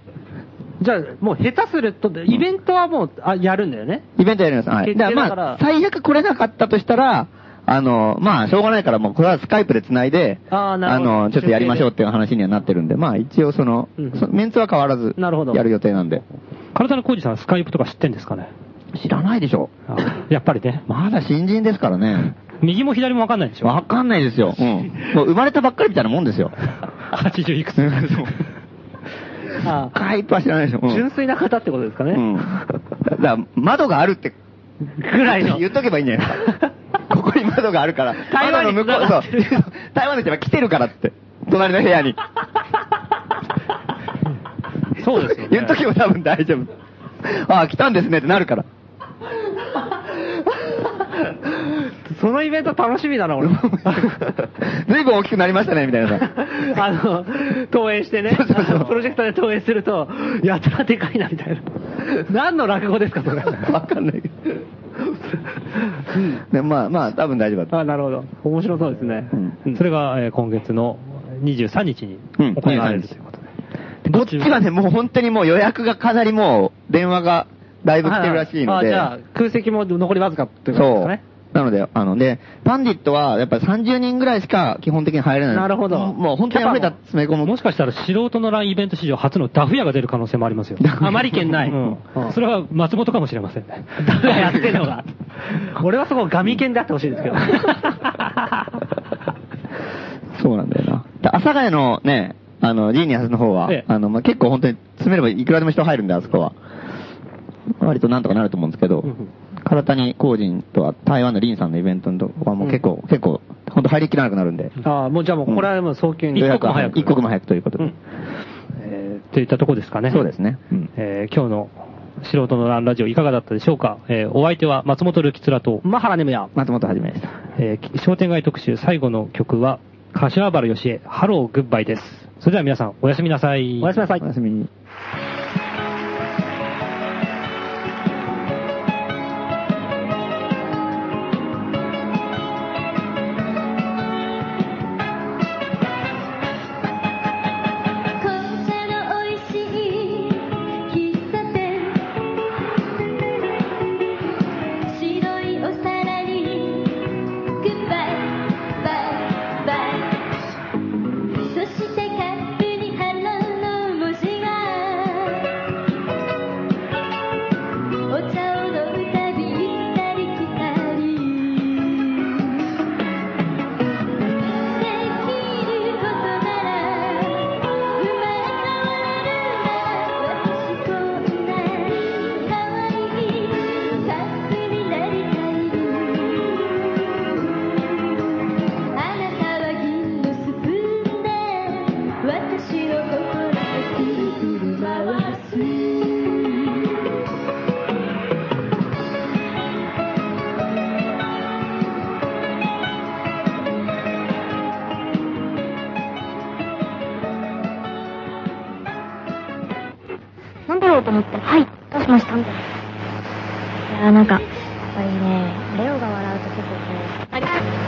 じゃあ、もう下手すると、イベントはもう、あ、やるんだよね。
イベントやります。はい。
決定
だから
だから
まあ、最悪来れなかったとしたら、あの、まあ、しょうがないから、もうこれはスカイプで繋いで、
あーなるほど
の、ちょっとやりましょうっていう話にはなってるんで、まあ、一応その、
うん
そメンツは変わらず、
なるほど
やる予定なんで。
体の浩二さんはスカイプとか知ってんですかね
知らないでしょ。
あやっぱりね。
まだ新人ですからね。
右も左もわかんないでしょ
わかんないですよ。うん。もう生まれたばっかりみたいなも んですよ。
?80 いくつ。
あ
かいっぱい知らないでしょ。うん
純粋な方ってことですかね。
うん。だから、窓があるって
ぐらいの。
言っとけばいいんじ ゃないですか。ここに窓があるから、
台湾に
窓の向こう、そう
繋 がって。
台湾の人が来てるからって。隣の部屋に。
そうですよ、ね。
言っとけば多分大丈夫。ああ、来たんですねってなるから。
そのイベント楽しみだな、俺も。
随分大きくなりましたね、みたいなさ。
あの、投影してね、
そうそうそう
あのプロジェクターで投影すると、やたらでかいな、みたいな。何の落語です か、それ。
わかんないけど。でまあまあ、多分大丈夫だと。
あ、なるほど。面白そうですね。
それが、えー今月の23日に
うん
行われるということで。
こっちはね、もう本当にもう予約がかなりもう、電話がだいぶ来てるらしいの
あ、
で
じ。ゃあ、空席も残りわずかっていうことです
そ
か
う
ね。。
なので、あの、で、パンディットは、やっぱり30人ぐらいしか基本的に入れない。
なるほど
もう本当に溢れた詰め込む。
もしかしたら素人のランイベント史上初のダフ屋が出る可能性もありますよ。
あまり県ない。
うんそれは松本かもしれませんね。
誰が やってんのが。俺はそこガミ犬であってほしいです けど。
そうなんだよな。で阿佐ヶ谷のね、あの、リーニアスの方は、
ええ
あの、まあ、結構本当に詰めればいくらでも人入るんで、あそこは。割となんとかなると思うんですけど、唐谷工人とは台湾のリンさんのイベントのとこはもう結構、結構、本当入りきらなくなるんで、
ああ、もうじゃあもうこれはもう早急に。
予約は一刻も早くということで。
えーといったとこですかね。
そうですね。うん
えー今日の素人のランラジオいかがだったでしょうか、えーお相手は松本るきつらと、
マハラネムヤ。
松本はじめでした。
えー商店街特集最後の曲は、柏原よしえ、ハローグッバイです。それでは皆さん、おやすみなさい。
おやすみなさい
お。やすみ。
紅茶の美味しい喫茶店白いお皿にグッバイバイバイそしてカップにハローの文字はお茶を飲むたび行ったり来たりできることなら生まれ変われるな私こんな可愛いカップになりたいあなたは銀のスプーンで私の心をくるくる回す
なんだろうと思って、はい、どうしましたみたいな。いやーなんか、やっぱりね、レオが笑うと結構こう、あり